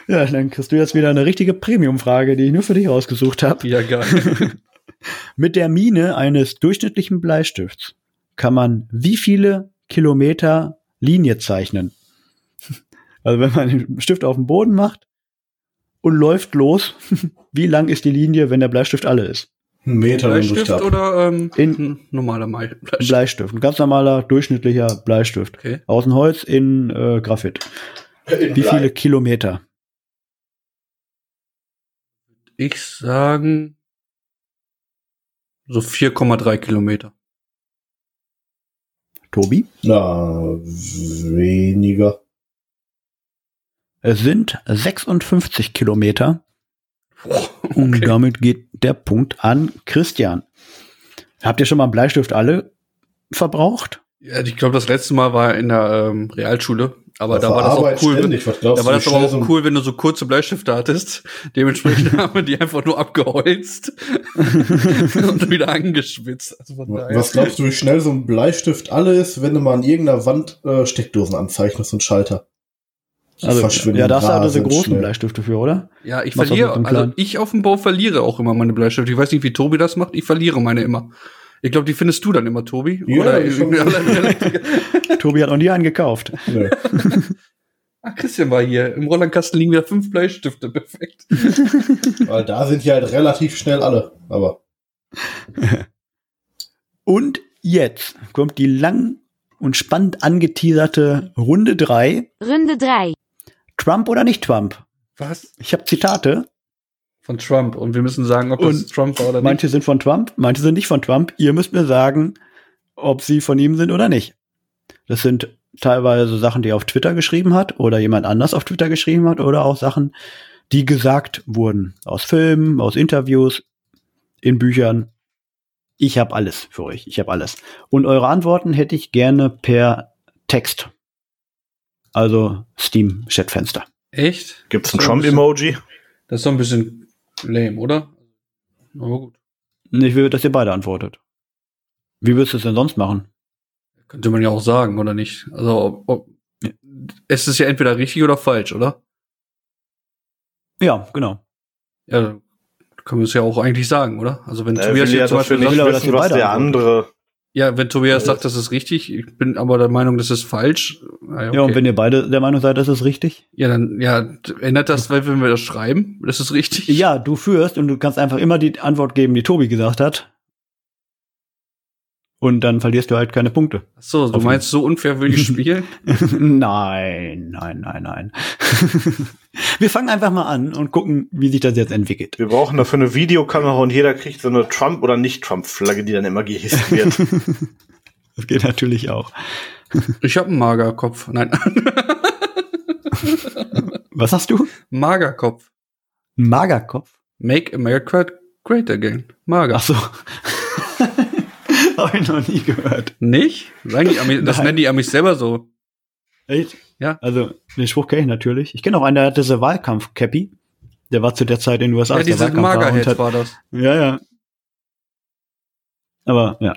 A: ja, dann kriegst du jetzt wieder eine richtige Premium-Frage, die ich nur für dich rausgesucht habe.
B: Ja, geil.
A: Mit der Mine eines durchschnittlichen Bleistifts kann man wie viele Kilometer Linie zeichnen. *laughs* Also wenn man den Stift auf den Boden macht und läuft los, *laughs* wie lang ist die Linie, wenn der Bleistift alle ist?
D: Ein Meter wenn ich
B: Bleistift
D: hab.
B: oder ähm,
A: In-
B: ein normaler Mai-
A: Ein
B: Bleistift?
A: Bleistift, ein ganz normaler, durchschnittlicher Bleistift.
B: Okay.
A: Aus dem Holz in äh, Graphit. Wie viele Kilometer?
B: Ich sagen so 4,3 Kilometer.
A: Tobi?
D: Na, weniger.
A: Es sind 56 Kilometer.
B: Boah,
A: Und
B: okay.
A: damit geht der Punkt an Christian. Habt ihr schon mal einen Bleistift alle verbraucht?
B: Ja, ich glaube, das letzte Mal war in der ähm, Realschule, aber da
D: Auf
B: war
D: der
B: das
D: Arbeit
B: auch cool. wenn-
D: Ständig, was glaubst
B: Da war
D: du,
B: das
D: wie
B: aber
D: schnell so
B: auch
D: ein-
B: cool, wenn du so kurze Bleistifte hattest. *laughs* Dementsprechend haben wir die einfach nur abgeholzt und wieder angeschwitzt. Also von daher-
D: Was glaubst du, wie schnell so ein Bleistift alle ist, wenn du mal an irgendeiner Wand äh, Steckdosen anzeichnest und Schalter? Die
A: Also,
D: verschwinden
A: ja, das hatte diese
D: rasend
A: großen
D: schnell.
A: Bleistifte für, oder? *laughs*
B: Ja, ich
A: Was
B: verliere,
A: hast du mit dem
B: also
A: Plan?
B: ich auf dem Bau verliere auch immer meine Bleistifte. Ich weiß nicht, wie Tobi das macht, ich verliere meine immer. Ich glaube, die findest du dann immer, Tobi.
D: Ja,
B: Oder
D: ich hab-
A: Tobi hat noch nie einen gekauft.
D: Nö.
B: Ach, Christian war hier. Im Rollerkasten liegen wieder fünf Bleistifte. *laughs* Perfekt.
D: Weil da sind die halt relativ schnell alle. Aber
A: Und jetzt kommt die lang und spannend angeteaserte Runde drei.
E: Runde 3.
A: Trump oder nicht Trump?
B: Was?
A: Ich habe Zitate.
B: Von Trump. Und wir müssen sagen, ob das
A: Und
B: Trump war oder nicht.
A: Manche sind von Trump, manche sind nicht von Trump. Ihr müsst mir sagen, ob sie von ihm sind oder nicht. Das sind teilweise Sachen, die er auf Twitter geschrieben hat oder jemand anders auf Twitter geschrieben hat oder auch Sachen, die gesagt wurden. Aus Filmen, aus Interviews, in Büchern. Ich habe alles für euch. Ich habe alles. Und eure Antworten hätte ich gerne per Text. Also Steam-Chatfenster.
B: Echt?
C: Gibt's ein
B: So ein bisschen-
C: Trump-Emoji?
B: Das ist doch ein bisschen lame, oder? Aber gut.
A: Ich will, dass ihr beide antwortet. Wie würdest du es denn sonst machen?
B: Könnte man ja auch sagen, oder nicht? Also, ob, ob,
A: Ja.
B: es ist ja entweder richtig oder falsch, oder?
A: Ja, genau.
B: Ja, dann können wir es ja auch eigentlich sagen, oder? Also,
A: Äh,
B: wenn
C: Er
B: Tobias
C: will ja
B: jetzt zum Beispiel
C: dafür nicht
B: sagt,
A: will, aber dass
C: wissen,
A: wir
C: was
A: beide
C: der
A: antworten.
C: andere.
B: ja, wenn Tobias sagt, das ist richtig, ich bin aber der Meinung, das ist falsch. Ah, Ja, okay.
A: Ja, und wenn ihr beide der Meinung seid, das ist richtig?
B: ja, dann, ja, ändert das, weil wenn wir das schreiben, das ist richtig.
A: Ja, du führst und du kannst einfach immer die Antwort geben, die Tobi gesagt hat. Und dann verlierst du halt keine Punkte. *laughs*
B: Ach So, du
A: Hoffentlich.
B: meinst, so unfair will ich spielen?
A: nein, nein, nein, nein. *laughs* Wir fangen einfach mal an und gucken, wie sich das jetzt entwickelt.
C: Wir brauchen dafür eine Videokamera und jeder kriegt so eine Trump- oder Nicht-Trump-Flagge, die dann immer gehisst wird.
D: *laughs*
A: Das geht natürlich auch.
B: Ich habe einen Magerkopf. Nein, *laughs*
A: Was hast du?
B: Magerkopf.
A: Magerkopf?
B: Make America Great Again. Mager.
A: Ach so. *laughs* Habe ich noch nie gehört.
B: Nicht? Sagen die Amis, das
A: Nein.
B: nennen die Amis selber so.
A: Echt?
B: Ja.
A: Also, den Spruch kenne ich natürlich. Ich kenne auch einen, der hatte so Wahlkampf-Cappy. Der war zu der Zeit in den USA.
B: Ja,
A: als der
B: dieses
A: Wahlkampf war und
B: Magerhead
A: hat-
B: war das.
A: Ja, ja. Aber ja.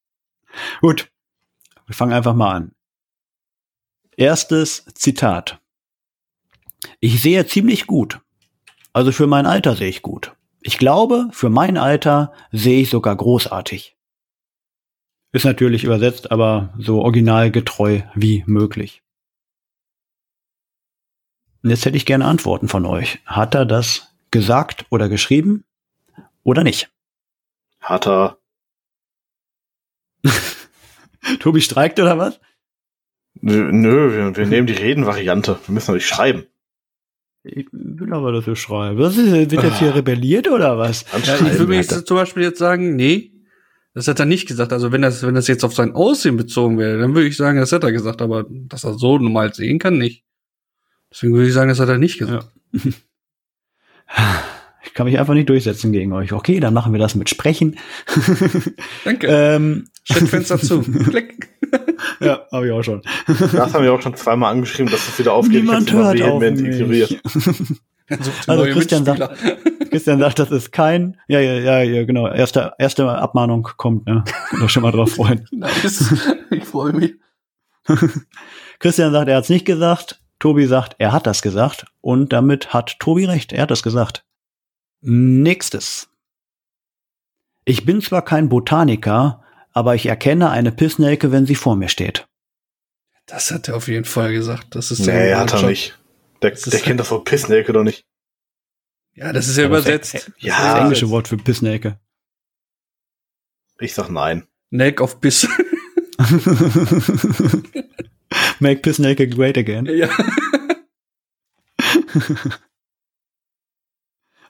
A: *laughs* Gut. Wir fangen einfach mal an. Erstes Zitat. Ich sehe ziemlich gut. Also für mein Alter sehe ich gut. Ich glaube, für mein Alter sehe ich sogar großartig. Ist natürlich übersetzt, aber so originalgetreu wie möglich. Und jetzt hätte ich gerne Antworten von euch. Hat er das gesagt oder geschrieben? oder nicht.
C: Hat er.
A: Tobi streikt oder was?
C: Nö, Nö, wir, wir nehmen die Redenvariante. Wir müssen doch nicht schreiben.
A: Ich will aber dafür schreiben. Was ist, wird jetzt hier rebelliert oder was?
C: Dann
B: Ja, Äh, ich
C: schreiben
B: würde mir
C: wir
B: jetzt
C: das.
B: zum Beispiel jetzt sagen, nee, das hat er nicht gesagt. Also wenn das, wenn das jetzt auf sein Aussehen bezogen wäre, dann würde ich sagen, das hat er gesagt, aber dass er so normal sehen kann, nicht. Deswegen würde ich sagen, das hat er nicht gesagt.
A: Ich kann mich einfach nicht durchsetzen gegen euch. Okay, dann machen wir das mit *laughs* Sprechen.
B: Danke.
A: ähm,
B: Chatfenster zu. Klick.
A: ja, habe ich auch schon.
C: Das haben wir auch schon zweimal angeschrieben, dass es wieder aufgeht. Ich
A: Niemand
C: hab's immer
A: hört auf
C: vehement
A: mich.
C: ignoriert.
B: Dann sucht
A: Also
B: *laughs* neue
A: Christian sagt-
B: Mitspieler.
A: Christian sagt, das ist kein. Ja, ja, ja, ja genau. Erste, erste Abmahnung kommt. Ne, könnt ihr schon mal drauf freuen.
B: Nice. Ich freue mich.
A: Christian sagt, er hat es nicht gesagt. Tobi sagt, er hat das gesagt. Und damit hat Tobi recht, er hat das gesagt. Nächstes. Ich bin zwar kein Botaniker, aber ich erkenne eine Pissnelke, wenn sie vor mir steht.
B: Das hat er auf jeden Fall gesagt. Das ist
D: Nee, hat er
B: Job.
D: nicht. Der,
B: Das ist-
D: der kennt das Wort Pissnelke doch nicht.
B: Ja, das ist ja
A: Aber
B: übersetzt.
A: Das
D: Ja,
A: englische Wort für Pissnelke. *laughs*
D: ich sag nein.
B: Nelk auf Biss.
A: Make Pissnelke great again.
B: *laughs* ja.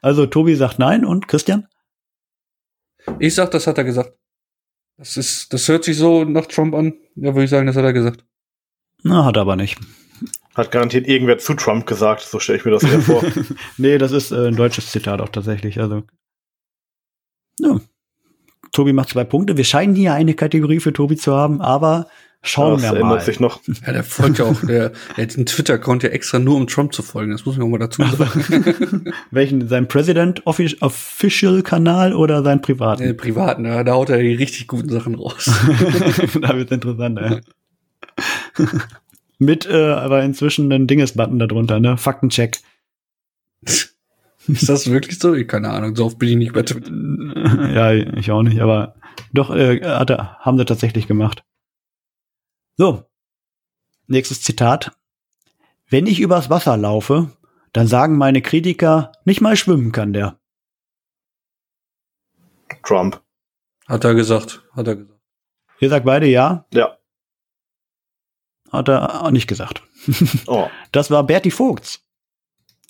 A: Also Tobi sagt nein und Christian?
B: Ich sag, das hat er gesagt. Das ist, das hört sich so nach Trump an. Ja, würde ich sagen, das hat er gesagt.
A: Na, hat er aber nicht.
D: Hat garantiert irgendwer zu Trump gesagt, so stelle ich mir das eher vor.
A: Nee, das ist äh, ein deutsches Zitat auch tatsächlich. Also. Ja. Tobi macht zwei Punkte. Wir scheinen hier eine Kategorie für Tobi zu haben, aber schauen
D: Das
A: wir mal.
D: ändert sich *laughs* noch.
B: Ja, der folgt ja auch, der, der hat einen Twitter-Account ja extra nur um Trump zu folgen. Das muss ich auch mal dazu sagen.
A: *laughs* Welchen? Sein President Offi- Official Kanal oder sein privaten?
B: Nee, privaten, Äh, ne? da, da haut er die richtig guten Sachen *laughs*
A: *laughs*
B: raus.
A: da wird's interessant,
D: *laughs*
A: ja. Mit äh, aber inzwischen einen Dinges-Button darunter, ne? Faktencheck.
B: ist das wirklich so? Ich- Keine Ahnung, so oft bin ich nicht bei Twitter.
A: Äh, *laughs* Ja, ich auch nicht, aber doch, äh, hat er, haben sie tatsächlich gemacht. So. Nächstes Zitat. Wenn ich übers Wasser laufe, dann sagen meine Kritiker, nicht mal schwimmen kann der.
D: Trump.
B: Hat er gesagt, hat er gesagt.
A: Ihr sagt beide ja?
D: Ja.
A: Hat er auch nicht gesagt.
D: Oh.
A: Das war Berti Vogts,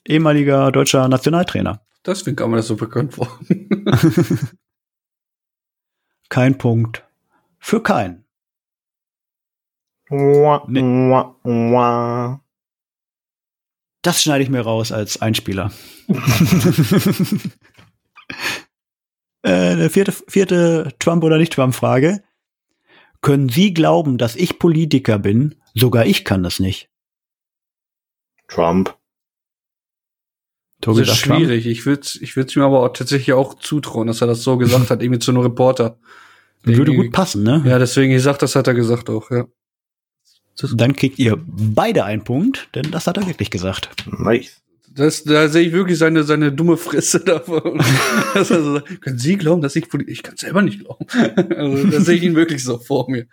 A: ehemaliger deutscher Nationaltrainer.
B: Deswegen kam mir das so bekannt vor.
A: Kein Punkt. Für keinen. Nee. Das schneide ich mir raus als Einspieler. *laughs* äh, eine vierte, vierte Trump- oder Nicht-Trump-Frage. Können Sie glauben, dass ich Politiker bin? Sogar ich kann das nicht.
D: Trump.
B: Das
A: Tobi
B: ist
A: sagt Trump.
B: schwierig. Ich würde ich würd's ihm aber auch tatsächlich auch zutrauen, dass er das so gesagt hat, irgendwie zu einem Reporter.
A: Würde
B: Irgendwie-
A: gut passen, ne?
B: Ja, deswegen, ich sag, das hat er gesagt auch, ja.
A: Dann kriegt ihr beide einen Punkt, denn das hat er wirklich gesagt.
D: Nice.
B: Das, da sehe ich wirklich seine, seine dumme Fresse *laughs* davon. Dass er so sagt, können Sie glauben, dass ich Poli Ich kann selber nicht glauben. *laughs* Also, da sehe ich ihn wirklich so vor mir.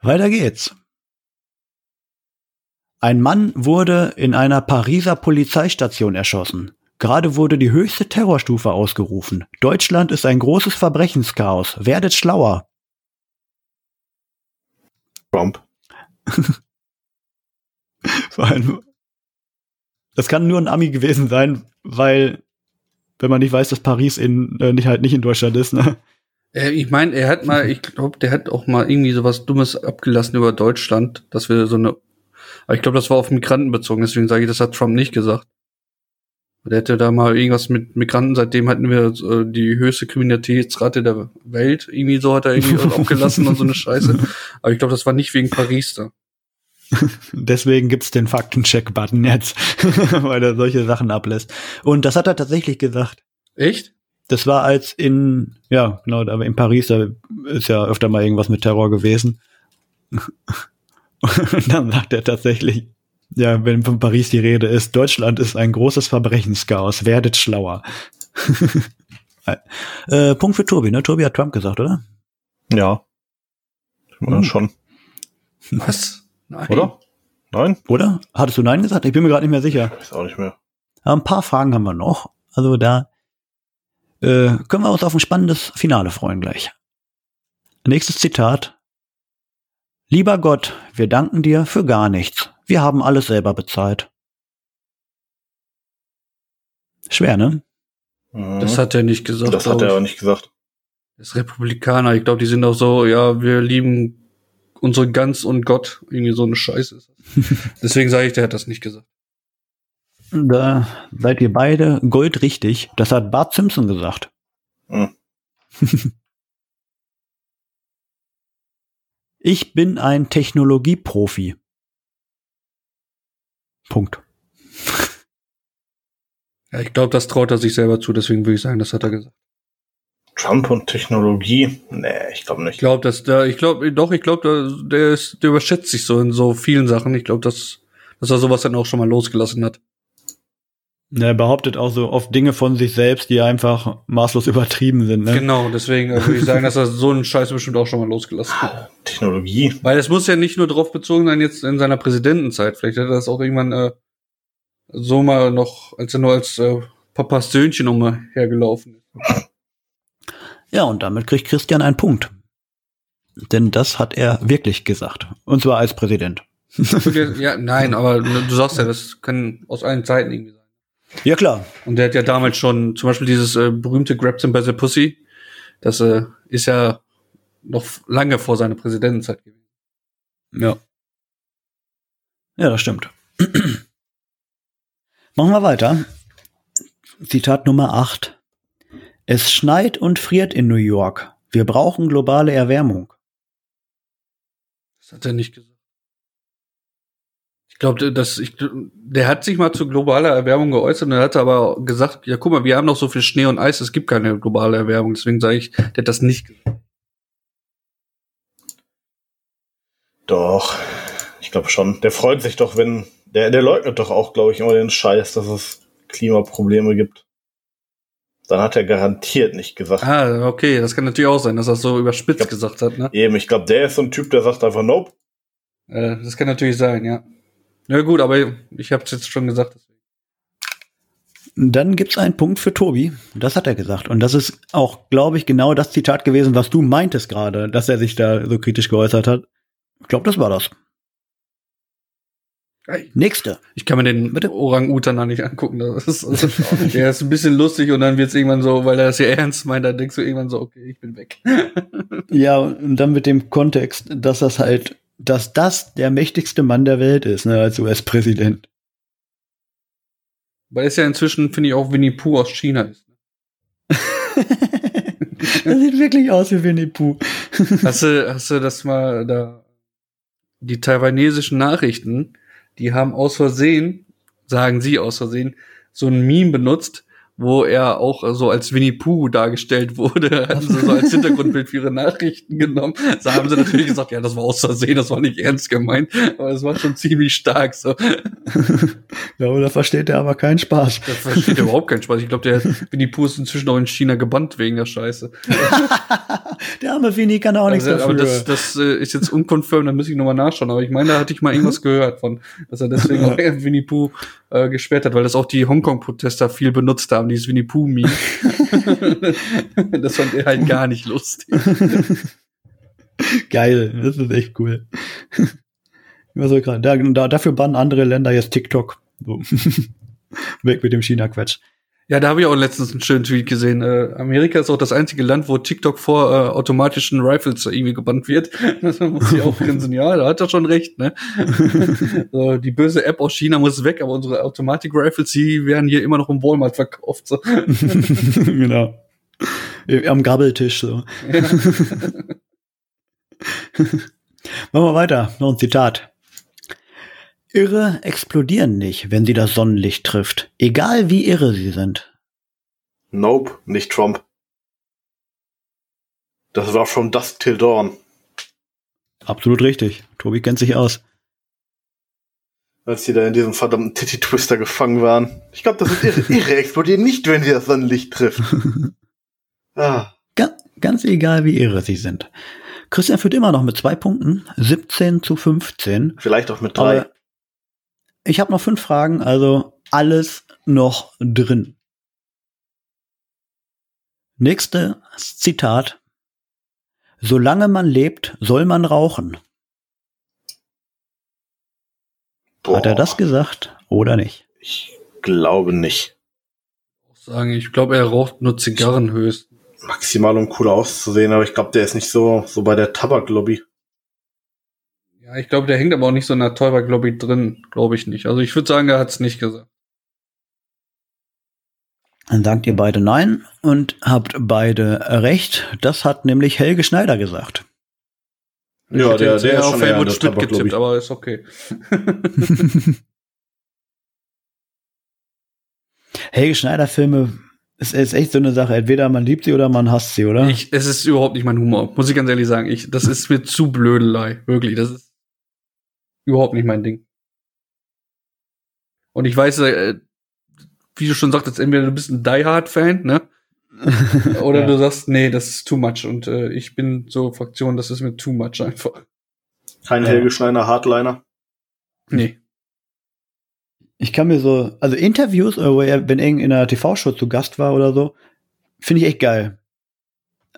A: Weiter geht's. Ein Mann wurde in einer Pariser Polizeistation erschossen. Gerade wurde die höchste Terrorstufe ausgerufen. Deutschland ist ein großes Verbrechenschaos. Werdet schlauer.
D: Trump.
A: Vor allem- Das kann nur ein Ami gewesen sein, weil wenn man nicht weiß, dass Paris in, äh, nicht halt nicht in Deutschland ist, ne?
B: Äh, ich meine, er hat mal, ich glaube, der hat auch mal irgendwie sowas Dummes abgelassen über Deutschland, dass wir so eine. Aber ich glaube, das war auf Migranten bezogen, deswegen sage ich, das hat Trump nicht gesagt. Der hätte da mal irgendwas mit Migranten, seitdem hatten wir äh, die höchste Kriminalitätsrate der Welt. Irgendwie so hat er irgendwie was abgelassen und so eine Scheiße. Aber ich glaube, das war nicht wegen Paris da.
A: Deswegen gibt's den Faktencheck-Button jetzt, *laughs* weil er solche Sachen ablässt. Und das hat er tatsächlich gesagt.
B: Echt?
A: Das war als in, ja, genau, aber in Paris, da ist ja öfter mal irgendwas mit Terror gewesen. *laughs* Und dann sagt er tatsächlich, ja, wenn von Paris die Rede ist, Deutschland ist ein großes Verbrechenschaos, werdet schlauer. *laughs* äh, Punkt für Tobi, ne? Tobi hat Trump gesagt, oder?
D: Ja.
A: Hm.
D: Schon.
B: Was? Nein.
D: Oder? Nein?
A: Oder? Hattest du Nein gesagt? Ich bin mir gerade nicht mehr sicher.
D: Weiß auch nicht mehr.
A: Aber ein paar Fragen haben wir noch. Also da äh, können wir uns auf ein spannendes Finale freuen gleich. Nächstes Zitat. Lieber Gott, wir danken dir für gar nichts. Wir haben alles selber bezahlt. Schwer, ne?
D: Mhm.
B: Das hat er nicht gesagt.
D: das hat er
B: glaub
D: aber
B: ich.
D: nicht gesagt.
B: Das ist Republikaner, ich glaube, die sind auch so, ja, wir lieben unsere Gans und Gott. Irgendwie so eine Scheiße ist
D: *laughs*
B: das. Deswegen sage ich, der hat das nicht gesagt.
A: Da seid ihr beide goldrichtig. Das hat Bart Simpson gesagt.
D: Hm.
A: *laughs* ich bin ein Technologieprofi. Punkt.
B: Ja, ich glaube, das traut er sich selber zu, deswegen würde ich sagen, das hat er gesagt.
D: Trump und Technologie? Nee, ich glaube
B: Ich
D: nicht.
B: glaube, dass der, ich glaube, doch, ich glaube, der, der, ist, der überschätzt sich so in so vielen Sachen. Ich glaube, dass, dass er sowas dann auch schon mal losgelassen hat.
A: Er behauptet auch so oft Dinge von sich selbst, die einfach maßlos *laughs* übertrieben sind. Ne?
B: Genau, deswegen äh, würde ich sagen, dass er so einen Scheiß bestimmt auch schon mal losgelassen hat.
C: Technologie.
B: Weil es muss ja nicht nur drauf bezogen sein, jetzt in seiner Präsidentenzeit. Vielleicht hat er das auch irgendwann äh, so mal noch, als er nur als äh, Papas Söhnchen nochmal hergelaufen ist.
A: Ja, und damit kriegt Christian einen Punkt. Denn das hat er wirklich gesagt. Und zwar als Präsident.
B: Vergiss- ja, nein, aber du sagst ja, das kann aus allen Zeiten irgendwie sein.
A: Ja, klar.
B: Und der hat ja damals schon, zum Beispiel dieses äh, berühmte Grabs him by the Pussy, das äh, ist ja noch f- lange vor seiner Präsidentenzeit gewesen.
A: Ja. Ja, das stimmt. *clears throat* Machen wir weiter. Zitat Nummer 8. Es schneit und friert in New York. Wir brauchen globale Erwärmung.
B: Das hat er nicht gesagt. Ich glaube, dass ich, der hat sich mal zu globaler Erwärmung geäußert und er hat aber gesagt, ja guck mal, wir haben noch so viel Schnee und Eis, es gibt keine globale Erwärmung. Deswegen sage ich, der hat das nicht gesagt.
C: Doch. Ich glaube schon. Der freut sich doch, wenn. Der, der leugnet doch auch, glaube ich, immer den Scheiß, dass es Klimaprobleme gibt. Dann hat er garantiert nicht gesagt.
B: Ah, okay, das kann natürlich auch sein, dass er das so überspitzt
C: Ja.
B: gesagt hat, ne?
C: Eben, ich glaube, der ist so ein Typ, der sagt einfach Nope.
B: Äh, das kann natürlich sein, ja. Na gut, aber ich habe es jetzt schon gesagt. deswegen.
A: Dann gibt's einen Punkt für Tobi. Das hat er gesagt. Und das ist auch, glaube ich, genau das Zitat gewesen, was du meintest gerade, dass er sich da so kritisch geäußert hat. Ich glaube, das war das.
B: Ei.
A: Nächste.
B: Ich kann mir den
A: Bitte?
B: Orang-Utan da nicht angucken. Das ist, also, der ist ein bisschen lustig und dann wird es irgendwann so, weil er das ja *laughs* ernst meint, dann denkst du irgendwann so, okay, ich bin weg.
A: *laughs* Ja, und dann mit dem Kontext, dass das halt, dass das der mächtigste Mann der Welt ist, ne, als US-Präsident.
B: Weil es ja inzwischen, finde ich, auch Winnie Pooh aus China ist.
A: *laughs* Das sieht wirklich aus wie Winnie Pooh.
B: Hast du, hast du das mal da? Die taiwanesischen Nachrichten, die haben aus Versehen, sagen sie aus Versehen, so ein Meme benutzt, wo er auch so als Winnie Pooh dargestellt wurde, *laughs* hatten sie so als Hintergrundbild für ihre Nachrichten genommen. Da haben sie natürlich gesagt, ja, das war aus Versehen, das war nicht ernst gemeint, aber das war schon ziemlich stark. So.
A: Ich glaube, da versteht er aber keinen Spaß.
B: Das versteht überhaupt keinen Spaß. Ich glaube, der Winnie Pooh ist inzwischen auch in China gebannt wegen der Scheiße.
A: Der arme Winnie kann auch nichts
B: Also,
A: dafür.
B: aber das, das äh, ist jetzt unconfirmed, da muss ich nochmal nachschauen. Aber ich meine, da hatte ich mal irgendwas gehört von, dass er deswegen auch Winnie Pooh äh, gesperrt hat, weil das auch die Hongkong-Protester viel benutzt haben, dieses
A: *laughs*
B: Winnie Pooh-Meme. das fand er halt gar nicht lustig.
A: Geil, das ist echt cool. *laughs* Was soll grad, da, da, dafür bannen andere Länder jetzt TikTok. So. *laughs* Weg mit dem China-Quatsch. *laughs*
B: Ja, da habe ich auch letztens einen schönen Tweet gesehen. Äh, Amerika ist auch das einzige Land, wo TikTok vor äh, automatischen Rifles irgendwie gebannt wird. *laughs* Das muss ich auch grinsen. Ja, da hat er schon recht, ne? *laughs* so, die böse App aus China muss weg, aber unsere Automatik-Rifles, die werden hier immer noch im Walmart verkauft. So.
A: genau. Am Grabbeltisch so. *laughs* Machen wir weiter. Noch ein Zitat. Irre explodieren nicht, wenn sie das Sonnenlicht trifft. Egal wie irre sie sind.
D: Nope, nicht Trump. Das war From Dusk Till Dawn.
A: Absolut richtig. Tobi kennt sich aus.
D: Als die da in diesem verdammten Titty-Twister gefangen waren. Ich glaube, das
C: *laughs*
D: ist irre. irre explodieren nicht, wenn sie das Sonnenlicht trifft. Ah,
A: Ga ganz egal wie irre sie sind. Christian führt immer noch mit zwei Punkten. 17 zu 15.
D: vielleicht auch mit drei.
A: Aber ich habe noch fünf Fragen, also alles noch drin. Nächstes Zitat. Solange man lebt, soll man rauchen.
D: Boah,
A: Hat er das gesagt oder nicht?
D: Ich glaube nicht.
B: sagen. Ich glaube, er raucht nur Zigarren höchst.
D: Maximal, um cool auszusehen, aber ich glaube, der ist nicht so, so bei der Tabaklobby.
B: Ja, ich glaube, der hängt aber auch nicht so in der Teuberglobby drin, glaube ich nicht. Also ich würde sagen, er hat's nicht gesagt.
A: Dann sagt ihr beide nein und habt beide recht. Das hat nämlich Helge Schneider gesagt.
B: Ich
D: Ja,
B: hätte
D: der-
B: jetzt
D: der
B: eher
D: ist
B: auf
D: schon eher in
B: Helmut
D: der
B: Schmidt
D: Tabaklobby.
B: getippt, aber ist okay.
A: Helge Schneider Filme ist, ist echt so eine Sache. Entweder man liebt sie oder man hasst sie, oder?
B: Ich, es ist überhaupt nicht mein Humor, muss ich ganz ehrlich sagen. Ich, das ist mir zu blödelei, wirklich. Das ist überhaupt nicht mein Ding. Und ich weiß, äh, wie du schon sagtest, entweder du bist ein Die Hard Fan,
D: *laughs*
B: ne? Oder du sagst, nee, das ist too much und äh, ich bin so Fraktion, das ist mir too much einfach.
D: Kein
A: Ja.
D: Helge Schneider Hardliner.
B: Nee.
A: Ich kann mir so, also Interviews, oder wo er- wenn irgend in einer TV-Show zu Gast war oder so, finde ich echt geil.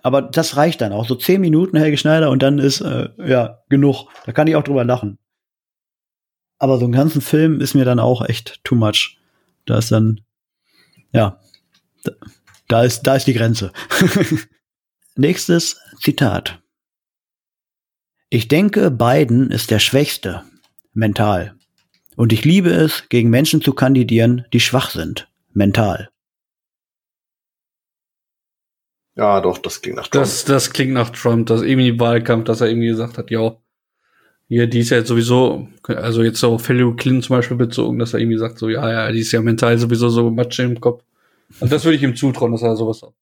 A: Aber das reicht dann auch. So zehn Minuten Helge Schneider und dann ist, äh, ja, genug. Da kann ich auch drüber lachen. Aber so einen ganzen Film ist mir dann auch echt too much. Da ist dann, ja, da, da ist, da ist die Grenze. *laughs* Nächstes Zitat. Ich denke, Biden ist der Schwächste. Mental. Und ich liebe es, gegen Menschen zu kandidieren, die schwach sind. Mental.
D: Ja, doch, das ging nach Trump.
B: Das, das klingt nach Trump, das irgendwie Wahlkampf, dass er irgendwie gesagt hat, ja, ja, die ist ja jetzt sowieso, also jetzt so auf Hillary Clinton zum Beispiel bezogen, dass er irgendwie sagt, so, ja, ja, die ist ja mental sowieso so Matsche im Kopf. Also das würde ich ihm zutrauen, dass er sowas sagt.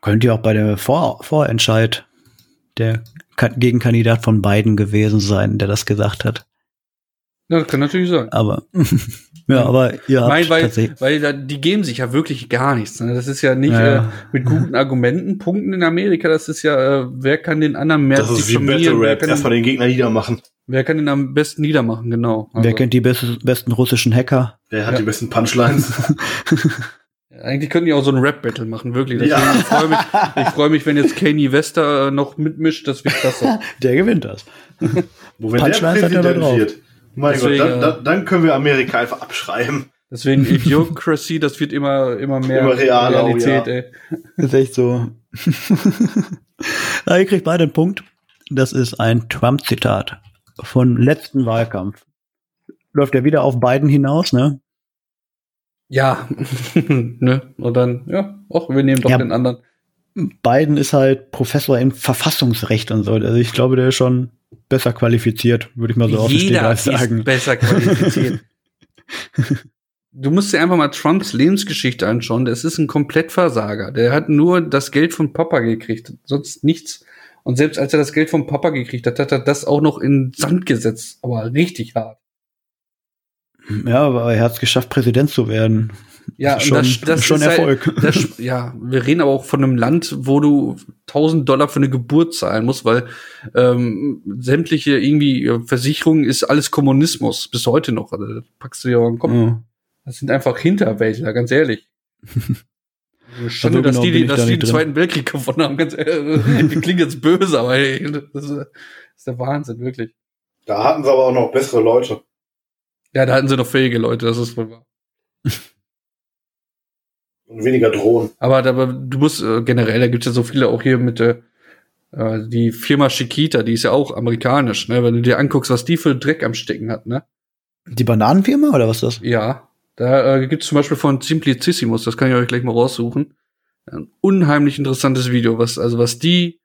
A: Könnt ihr auch bei der Vor Vorentscheid der Ka Gegenkandidat von Biden gewesen sein, der das gesagt hat.
B: Ja, das kann natürlich sein.
A: Aber, *laughs* ja, aber ihr habt
B: Nein, weil,
A: tatsächlich,
B: weil da, die geben sich ja wirklich gar nichts. Ne? Das ist ja nicht
A: Ja.
B: äh, mit guten Argumenten, Punkten in Amerika. Das ist ja, äh, wer kann den anderen mehr
D: Das ist wie
B: diffamieren,
D: Battle
B: wer
D: Rap.
B: kann,
D: Erstmal
B: den,
D: den Gegner niedermachen.
B: wer kann den am besten niedermachen, genau.
A: wer
B: Also,
A: kennt die beste, besten russischen Hacker?
D: Wer hat
B: Ja.
D: die besten Punchlines? *laughs*
B: eigentlich könnten die auch so ein Rap-Battle machen, wirklich. Deswegen,
D: Ja.
B: Ich freue mich, ich freu mich, wenn jetzt Kanye West da äh, noch mitmischt, das wird klasse.
A: Der gewinnt das.
D: Wo wenn
A: Punchlines hat er da drauf.
D: Mein
B: Deswegen,
D: Gott, dann,
B: äh,
D: dann, dann können wir Amerika einfach abschreiben.
B: Deswegen Idiocracy, das wird immer, immer mehr
D: Immer realer, oh ja.
B: ey.
A: Ist echt so. *laughs* ja, ihr kriegt beide einen Punkt. Das ist ein Trump-Zitat vom letzten Wahlkampf. Läuft ja wieder auf Biden hinaus, ne?
B: Ja. *laughs* ne? Und dann, ja, auch wir nehmen doch
A: Ja.
B: den anderen.
A: Biden ist halt Professor im Verfassungsrecht und so. Also ich glaube, der ist schon besser qualifiziert, würde ich mal so auf den
B: Jeder
A: Stegreif
B: ist
A: sagen. *laughs*
B: besser qualifiziert. du musst dir einfach mal Trumps Lebensgeschichte anschauen. Das ist ein Komplettversager. Der hat nur das Geld von Papa gekriegt, sonst nichts. Und selbst als er das Geld von Papa gekriegt hat, hat er das auch noch in den Sand gesetzt. Aber richtig hart.
A: Ja, aber er hat es geschafft, Präsident zu werden.
B: Ja,
A: schon, schon
B: ist halt-
A: Erfolg.
B: das, sp- ja, wir reden aber auch von einem Land, wo du 1000 Dollar für eine Geburt zahlen musst, weil ähm, sämtliche irgendwie äh, Versicherungen ist alles Kommunismus bis heute noch. Also, das packst du dir aber in den Kopf.
A: Ja.
B: Das sind einfach Hinterwäldler,
A: *laughs*
B: ganz ehrlich. Schande,
A: Also
B: dass
A: genau
B: die,
A: bin
B: die,
A: ich
B: dass
A: da
B: die den
A: nicht drin.
B: Zweiten Weltkrieg gewonnen haben, ganz ehrlich. Die klingt jetzt böse, aber ey, das ist, das ist der Wahnsinn, wirklich.
D: Da hatten sie aber auch noch bessere Leute.
B: Ja, da hatten sie noch fähige Leute, das ist wohl wahr.
D: Und weniger Drohnen.
B: Aber, da- aber du musst äh, generell, da gibt's ja so viele auch hier mit äh, äh, die Firma Chiquita, die ist ja auch amerikanisch, ne? Wenn du dir anguckst, was die für Dreck am Stecken hat, ne?
A: Die Bananenfirma oder was ist das?
B: Ja. Da äh, gibt's zum Beispiel von Simplicissimus, das kann ich euch gleich mal raussuchen. Ein unheimlich interessantes Video, was, also was die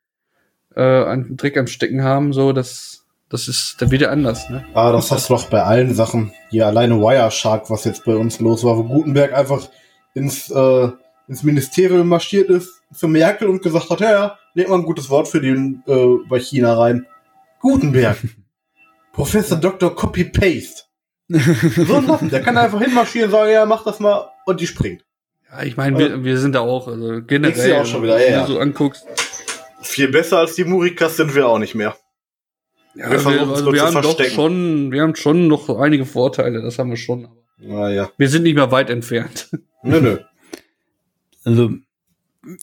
B: äh, an Dreck am Stecken haben, so, das, das ist dann wieder anders, ne?
F: Ah, das hast du doch bei allen Sachen. Hier alleine Wireshark, was jetzt bei uns los war, wo Gutenberg einfach ins, äh, ins Ministerium marschiert ist zu Merkel und gesagt hat, ja, ja, leg mal ein gutes Wort für den äh, bei China rein.
D: *laughs*
F: Gutenberg. Professor Dr. Copy-Paste. So ein Lappen, der kann einfach hinmarschieren und sagen, ja, mach das mal und die springt.
B: Ja, ich meine, wir, wir sind da auch, also generell,
F: sehe auch schon wieder,
B: wenn du
F: ja, ja.
B: so anguckst.
D: Viel besser als die Murikas sind wir auch nicht mehr.
B: Ja,
D: Wir
B: wir,
D: versuchen es
B: also
D: nur
B: wir
D: zu
B: haben doch
D: verstecken.
B: schon, wir haben schon noch einige Vorteile, das haben wir schon. Aber
F: Naja.
B: wir sind nicht mehr weit entfernt.
F: Ah, Nö, nö.
A: Also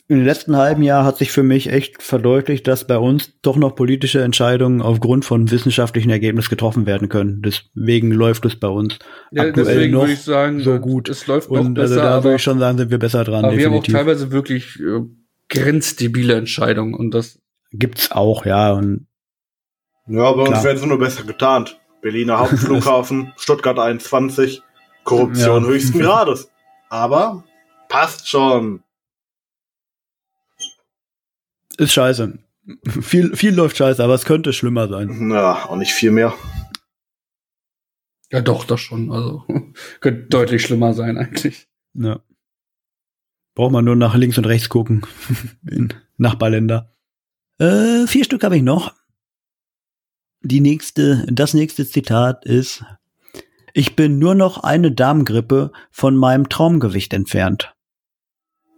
A: im letzten halben Jahr hat sich für mich echt verdeutlicht, dass bei uns doch noch politische Entscheidungen aufgrund von wissenschaftlichen Ergebnissen getroffen werden können. Deswegen läuft es bei uns
B: *laughs* Ja,
A: aktuell
B: deswegen
A: noch
B: würde ich sagen,
A: so gut.
B: es läuft noch
A: Und
B: besser,
A: also da
B: aber,
A: würde ich schon sagen, sind wir besser dran.
B: aber wir haben auch
A: definitiv.
B: teilweise wirklich äh, grenzdebile Entscheidungen und das
A: Gibt's auch, ja. Und
D: Ja, bei
A: Klar.
D: uns werden sie nur besser getarnt. Berliner *laughs* Hauptflughafen, Stuttgart 21, Korruption
A: Ja.
D: höchsten Grades. Aber passt schon.
A: ist scheiße. viel, viel läuft scheiße, aber es könnte schlimmer sein.
D: Na, auch nicht viel mehr.
B: ja doch, das schon. Also *laughs* könnte deutlich schlimmer sein eigentlich.
A: Ja. Braucht man nur nach links und rechts gucken. *laughs* In Nachbarländer. Äh, vier Stück habe ich noch. Die nächste, das nächste Zitat ist, Ich bin nur noch eine Darmgrippe von meinem Traumgewicht entfernt.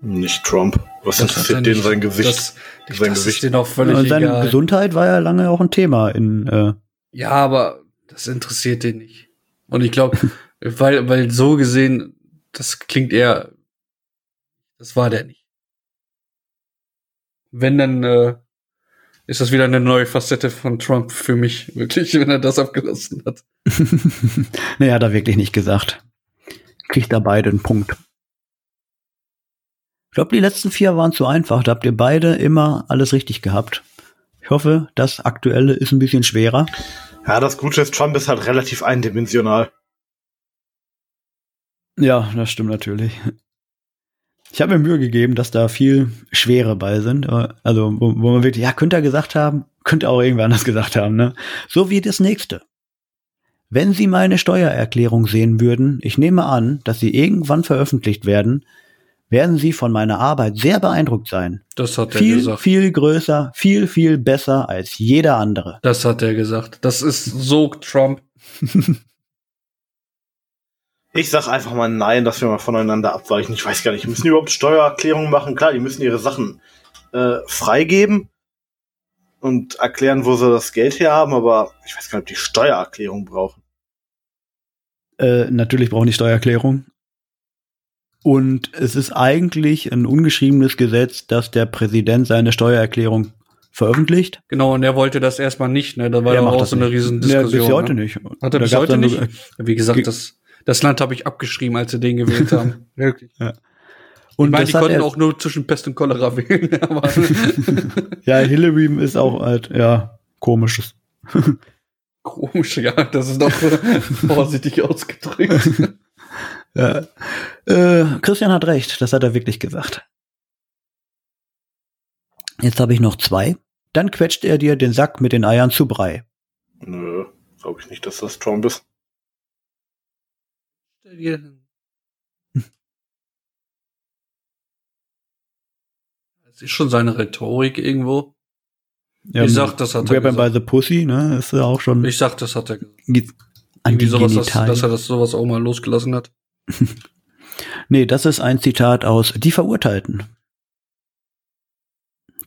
D: Nicht Trump. Was
B: Das hat er
D: interessiert den
B: nicht-
D: sein Gesicht?
B: Das,
D: Sein
B: das
D: Gesicht.
B: ist denen auch völlig
A: Und seine
B: egal.
A: Gesundheit war ja lange auch ein Thema in äh,
B: Ja, aber das interessiert den nicht. Und
A: *laughs*
B: ich glaube, weil, weil so gesehen, das klingt eher, das war der nicht. Wenn dann, äh, ist das wieder eine neue Facette von Trump für mich, *laughs* wirklich, wenn er das abgelassen hat.
A: *laughs* naja, hat er wirklich nicht gesagt. Kriegt er beide einen Punkt. Ich glaube, die letzten vier waren zu einfach. Da habt ihr beide immer alles richtig gehabt. Ich hoffe, das aktuelle ist ein bisschen schwerer.
D: Ja, das Gute ist, Trump ist halt relativ eindimensional.
A: Ja, das stimmt natürlich. Ich habe mir Mühe gegeben, dass da viel Schwere bei sind. aber- Also, wo, wo man wirklich, ja, könnte er gesagt haben, könnte auch irgendwer anders gesagt haben, ne? So wie das nächste. Wenn Sie meine Steuererklärung sehen würden, ich nehme an, dass sie irgendwann veröffentlicht werden, werden Sie von meiner Arbeit sehr beeindruckt sein.
B: Das hat er
A: viel,
B: gesagt.
A: viel größer, viel, viel besser als jeder andere.
B: Das hat er gesagt. Das ist so Trump.
D: Ich sag einfach mal nein, dass wir mal voneinander abweichen. Ich weiß gar nicht, müssen die überhaupt Steuererklärungen machen? Klar, die müssen ihre Sachen äh, freigeben und erklären, wo sie das Geld her haben, aber ich weiß gar nicht, ob die Steuererklärung brauchen.
A: Äh, natürlich brauchen die Steuererklärung. Und es ist eigentlich ein ungeschriebenes Gesetz, dass der Präsident seine Steuererklärung veröffentlicht.
B: Genau, und er wollte das erstmal nicht, ne? Da war
A: Er
B: ja
A: macht
B: auch
A: das
B: so eine
A: nicht.
B: riesen
A: Ja,
B: Diskussion.
A: bis heute
B: ne?
A: nicht.
B: Hat
A: Da
B: er bis
A: gab's
B: heute
A: dann
B: nicht?
A: sogar-
B: Wie
A: Ge-
B: gesagt, das, das Land habe ich abgeschrieben, als sie den
A: *laughs*
B: gewählt haben. Wirklich.
A: Und
B: ich meine,
A: das
B: die
A: hat
B: konnten
A: er,
B: auch nur zwischen Pest und Cholera *laughs*
A: *laughs*
B: wählen, aber
A: Ja, Hillary ist auch halt, ja, komisches.
B: komisch, ja, das ist doch *laughs* vorsichtig ausgedrückt.
A: Ja. Äh, Christian hat recht, das hat er wirklich gesagt. Jetzt habe ich noch zwei. Dann quetscht er dir den Sack mit den Eiern zu Brei.
D: Nö, glaube ich nicht, dass das Trump ist.
B: Es ist schon seine Rhetorik irgendwo.
A: Ja,
B: ich sag, das hat er
A: Grab him by
B: gesagt.
A: the Pussy, ne? Ist ja auch schon
B: Ich sag, das hat er gesagt.
A: Ge- an
B: Irgendwie
A: die
B: sowas, dass,
A: Genitalien.
B: dass er das sowas auch mal losgelassen hat.
A: Nee, das ist ein Zitat aus Die Verurteilten.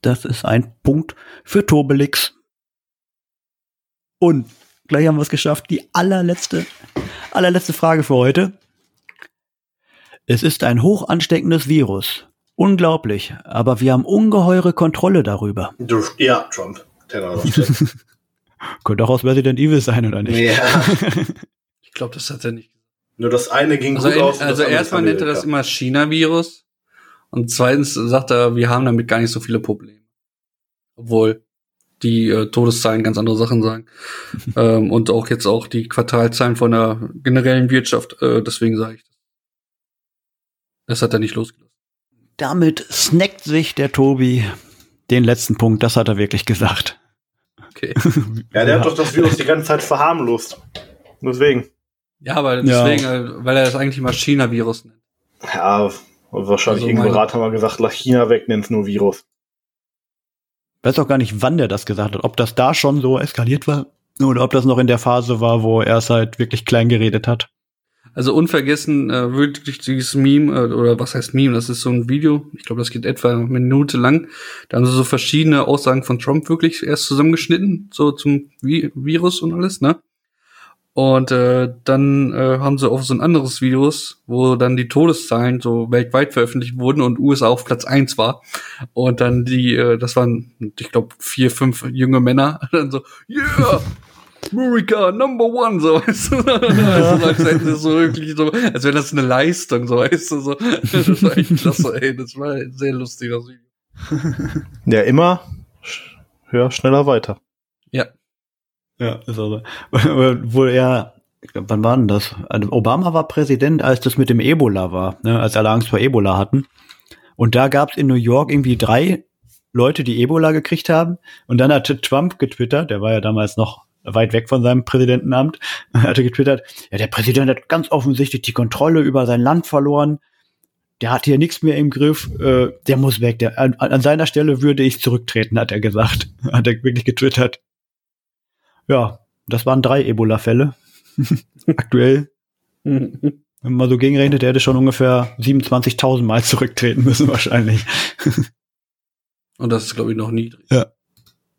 A: Das ist ein Punkt für Tobelix. Und gleich haben wir es geschafft. Die allerletzte, allerletzte Frage für heute. Es ist ein hoch ansteckendes Virus. Unglaublich, aber wir haben ungeheure Kontrolle darüber.
D: Du, ja, Trump.
A: Könnte auch aus Resident Evil sein, oder nicht?
D: ja.
B: Ich glaube, das hat er nicht.
D: Nur das eine ging
B: Also,
D: gut aus. und
B: also
D: das andere
B: erstmal nennt er das
D: Amerika.
B: immer China-Virus und zweitens sagt er, wir haben damit gar nicht so viele Probleme. Obwohl die äh, Todeszahlen ganz andere Sachen
D: *laughs*
B: sagen. ähm, und auch jetzt auch die Quartalzahlen von der generellen Wirtschaft, äh, deswegen sage ich das. Das hat er nicht losgelassen.
A: Damit snackt sich der Tobi den letzten Punkt. Das hat er wirklich gesagt.
D: *laughs*
B: Okay.
D: Ja, der hat doch das Virus die ganze Zeit verharmlost. Deswegen.
B: Ja, aber
A: Ja.
B: deswegen, äh, weil er das eigentlich mal China-Virus nennt.
D: Ja, wahrscheinlich
B: Also
D: irgendein
B: meine-
D: Berater mal gesagt, lach China weg, nennt's nur Virus.
A: weiß auch gar nicht, wann der das gesagt hat. Ob das da schon so eskaliert war oder ob das noch in der Phase war, wo er es halt wirklich klein geredet hat.
B: Also unvergessen äh, wirklich dieses Meme, äh, oder was heißt Meme, das ist so ein Video, ich glaube, das geht etwa eine Minute lang. Da haben sie so verschiedene Aussagen von Trump wirklich erst zusammengeschnitten, so zum Vi Virus und alles, ne? Und äh, dann äh, haben sie auch so ein anderes Virus, wo dann die Todeszahlen so weltweit veröffentlicht wurden und USA auf Platz 1 war. Und dann die, äh, das waren, ich glaube, vier, fünf junge Männer, *laughs* dann so, yeah! America, number one, so *laughs* weißt du. Also, als hätten sie so wirklich so, als wäre das eine Leistung, so weißt du. So. *laughs* Das war echt klasse, ey. Das war ein sehr lustig, das Video.
D: Ja, immer sch- höher, schneller, weiter.
A: Ja, ist also. *laughs* Wo er, ich glaub, wann war denn das? Also Obama war Präsident, als das mit dem Ebola war, ne? als alle Angst vor Ebola hatten. Und da gab es in New York irgendwie drei Leute, die Ebola gekriegt haben. Und dann hatte Trump getwittert, der war ja damals noch weit weg von seinem Präsidentenamt, *laughs* hatte getwittert, ja, der Präsident hat ganz offensichtlich die Kontrolle über sein Land verloren. Der hat hier nichts mehr im Griff, äh, der muss weg. Der, an, an seiner Stelle würde ich zurücktreten, hat er gesagt. *laughs* Hat er wirklich *laughs* getwittert. Ja, das waren drei Ebola-Fälle. *laughs* Aktuell
B: Wenn
A: Wenn man so gegenrechnet, der hätte schon ungefähr 27.000 Mal zurücktreten müssen *laughs* wahrscheinlich.
B: Und das ist, glaube ich, noch niedrig.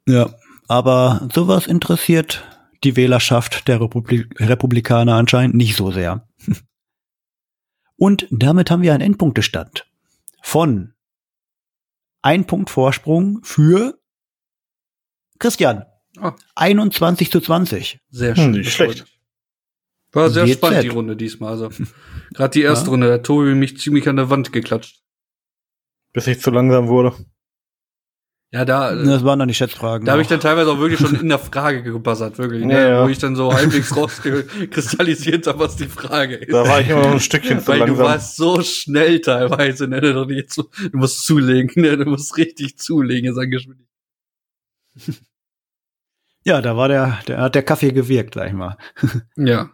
A: Ja, aber sowas interessiert die Wählerschaft der Republi Republikaner anscheinend nicht so sehr. *laughs* Und damit haben wir einen Endpunktestand von ein Punkt Vorsprung für Christian.
B: Ah.
A: 21 zu 20.
B: Sehr
C: Hm,
B: schön.
C: nicht schlecht.
B: Freut mich. War sehr
A: GZ.
B: spannend, die Runde diesmal. Also, gerade die erste
A: Ja.
B: Runde, da hat Tobi mich ziemlich an der Wand geklatscht.
C: Bis ich zu langsam wurde.
B: Ja, da, äh,
A: Das waren dann die Schätzfragen.
B: da habe ich
A: noch.
B: dann teilweise auch wirklich schon in der Frage gebuzzert, wirklich.
C: Ja,
B: ne?
C: ja.
B: Wo ich dann so halbwegs *laughs* rausgekristallisiert habe, was die Frage ist.
C: Da war ich immer noch ein
B: *laughs*
C: Stückchen zu
B: Weil du
C: langsam.
B: warst so schnell teilweise, ne? Du musst- du musst zulegen, ne? Du musst richtig zulegen, ist an Geschwindigkeit.
A: ja, da war der, der hat der Kaffee gewirkt, sag ich mal.
B: Ja.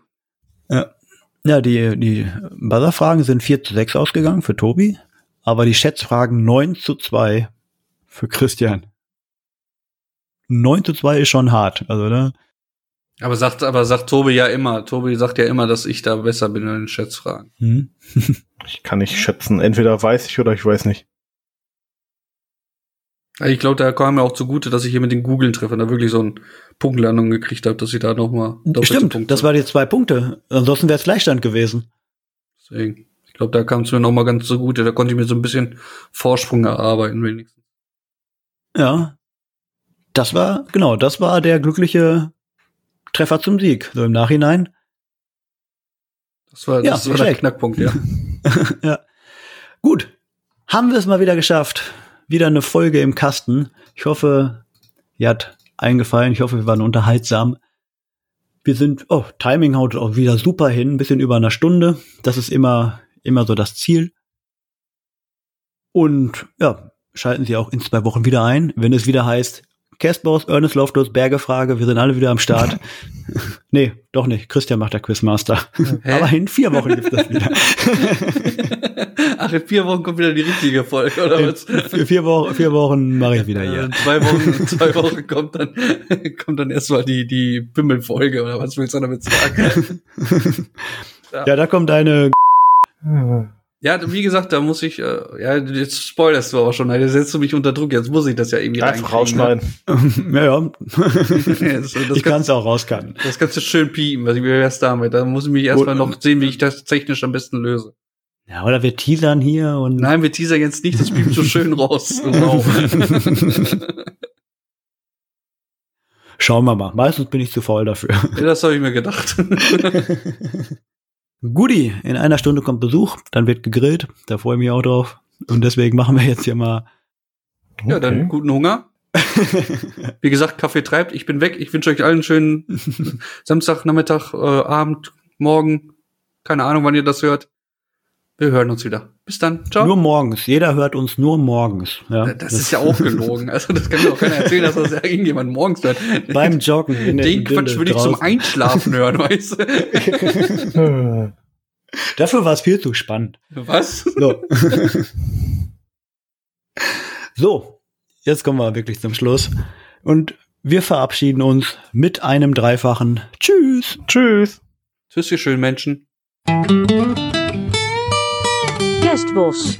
A: Ja, die, die Buzzer-Fragen sind 4 zu 6 ausgegangen für Tobi, aber die Schätzfragen 9 zu 2 für Christian. 9 zu 2 ist schon hart, also ne?
B: Aber sagt, aber sagt Tobi ja immer, Tobi sagt ja immer, dass ich da besser bin in den Schätzfragen.
A: Hm?
C: Ich kann nicht schätzen. Entweder weiß ich oder ich weiß nicht.
B: Ich glaube, da kam mir auch zugute, dass ich hier mit den Googlen treffe, da wirklich so eine Punktlandung gekriegt habe, dass ich da nochmal
A: Stimmt, das waren jetzt zwei Punkte. Ansonsten wäre es Gleichstand gewesen.
B: Deswegen. Ich glaube, da kam es mir nochmal ganz zugute, da konnte ich mir so ein bisschen Vorsprung erarbeiten, wenigstens.
A: Ja. Das war, genau, das war der glückliche Treffer zum Sieg, so im Nachhinein.
B: Das war,
A: Ja,
B: das war
A: nicht
B: der
A: schlecht.
B: Knackpunkt,
A: *laughs*
B: ja.
A: Gut, haben wir es mal wieder geschafft. Wieder eine Folge im Kasten. Ich hoffe, ihr hat eingefallen. Ich hoffe, wir waren unterhaltsam. Wir sind, oh, Timing haut auch wieder super hin. Ein bisschen über einer Stunde. Das ist immer, immer so das Ziel. Und ja, schalten Sie auch in zwei Wochen wieder ein, wenn es wieder heißt, Castboss, Ernest Loftus, Bergefrage, wir sind alle wieder am Start. nee, doch nicht. Christian macht der Quizmaster.
B: Hä?
A: Aber in vier Wochen gibt's das wieder.
B: Ach, in vier Wochen kommt wieder die richtige Folge, oder was?
A: Vier, vier Wochen, vier Wochen mache ich wieder
B: Ja,
A: hier.
B: in Äh, zwei Wochen, *laughs* in zwei Wochen kommt dann, *laughs* kommt dann erstmal die, die Pimmelfolge, oder was willst du damit sagen?
A: Ja, da kommt eine.
B: ja, wie gesagt, da muss ich, äh, ja, jetzt spoilerst du aber schon, jetzt setzt du mich unter Druck, jetzt muss ich das ja irgendwie *laughs*
C: Einfach
B: reinkriegen,
A: *laughs*
C: rausschneiden.
A: ja, ja.
B: ne? So, *laughs* das,
A: ich kann
B: kannst,
A: es auch rauskarten.
B: das kannst du schön piepen, also wie wär's damit? Da muss ich mich erstmal
A: Gut.
B: noch sehen, wie ich das technisch am besten löse.
A: Ja, oder wir teasern hier und.
B: Nein, wir teasern jetzt nicht, das piept so schön raus. Wow.
A: Schauen wir mal. Meistens bin ich zu faul dafür.
B: ja, das habe ich mir gedacht.
A: Goodie, in einer Stunde kommt Besuch, dann wird gegrillt. Da freue ich mich auch drauf. Und deswegen machen wir jetzt hier mal.
B: Ja, dann guten Hunger.
A: *laughs*
B: Wie gesagt, Kaffee treibt. Ich bin weg. Ich wünsche euch allen einen schönen
A: *laughs*
B: Samstag, Nachmittag, äh, Abend, Morgen. Keine Ahnung, wann ihr das hört. Wir hören uns wieder. Bis dann. Ciao.
A: Nur morgens. Jeder hört uns nur morgens. Ja,
B: Äh, das ist ja auch gelogen. Also das kann mir auch keiner erzählen, dass das irgendjemand morgens hört.
A: beim Joggen. in der
B: *laughs* Den Quatsch
A: Dinde
B: würde ich zum
A: draußen.
B: Einschlafen hören, weißt
A: *laughs*
B: du? *laughs*
A: Dafür war es viel zu spannend.
B: Was?
A: So. *laughs* so, jetzt kommen wir wirklich zum Schluss. Und wir verabschieden uns mit einem dreifachen Tschüss.
C: Tschüss.
B: Tschüss, ihr schönen Menschen.
E: Kerstbos.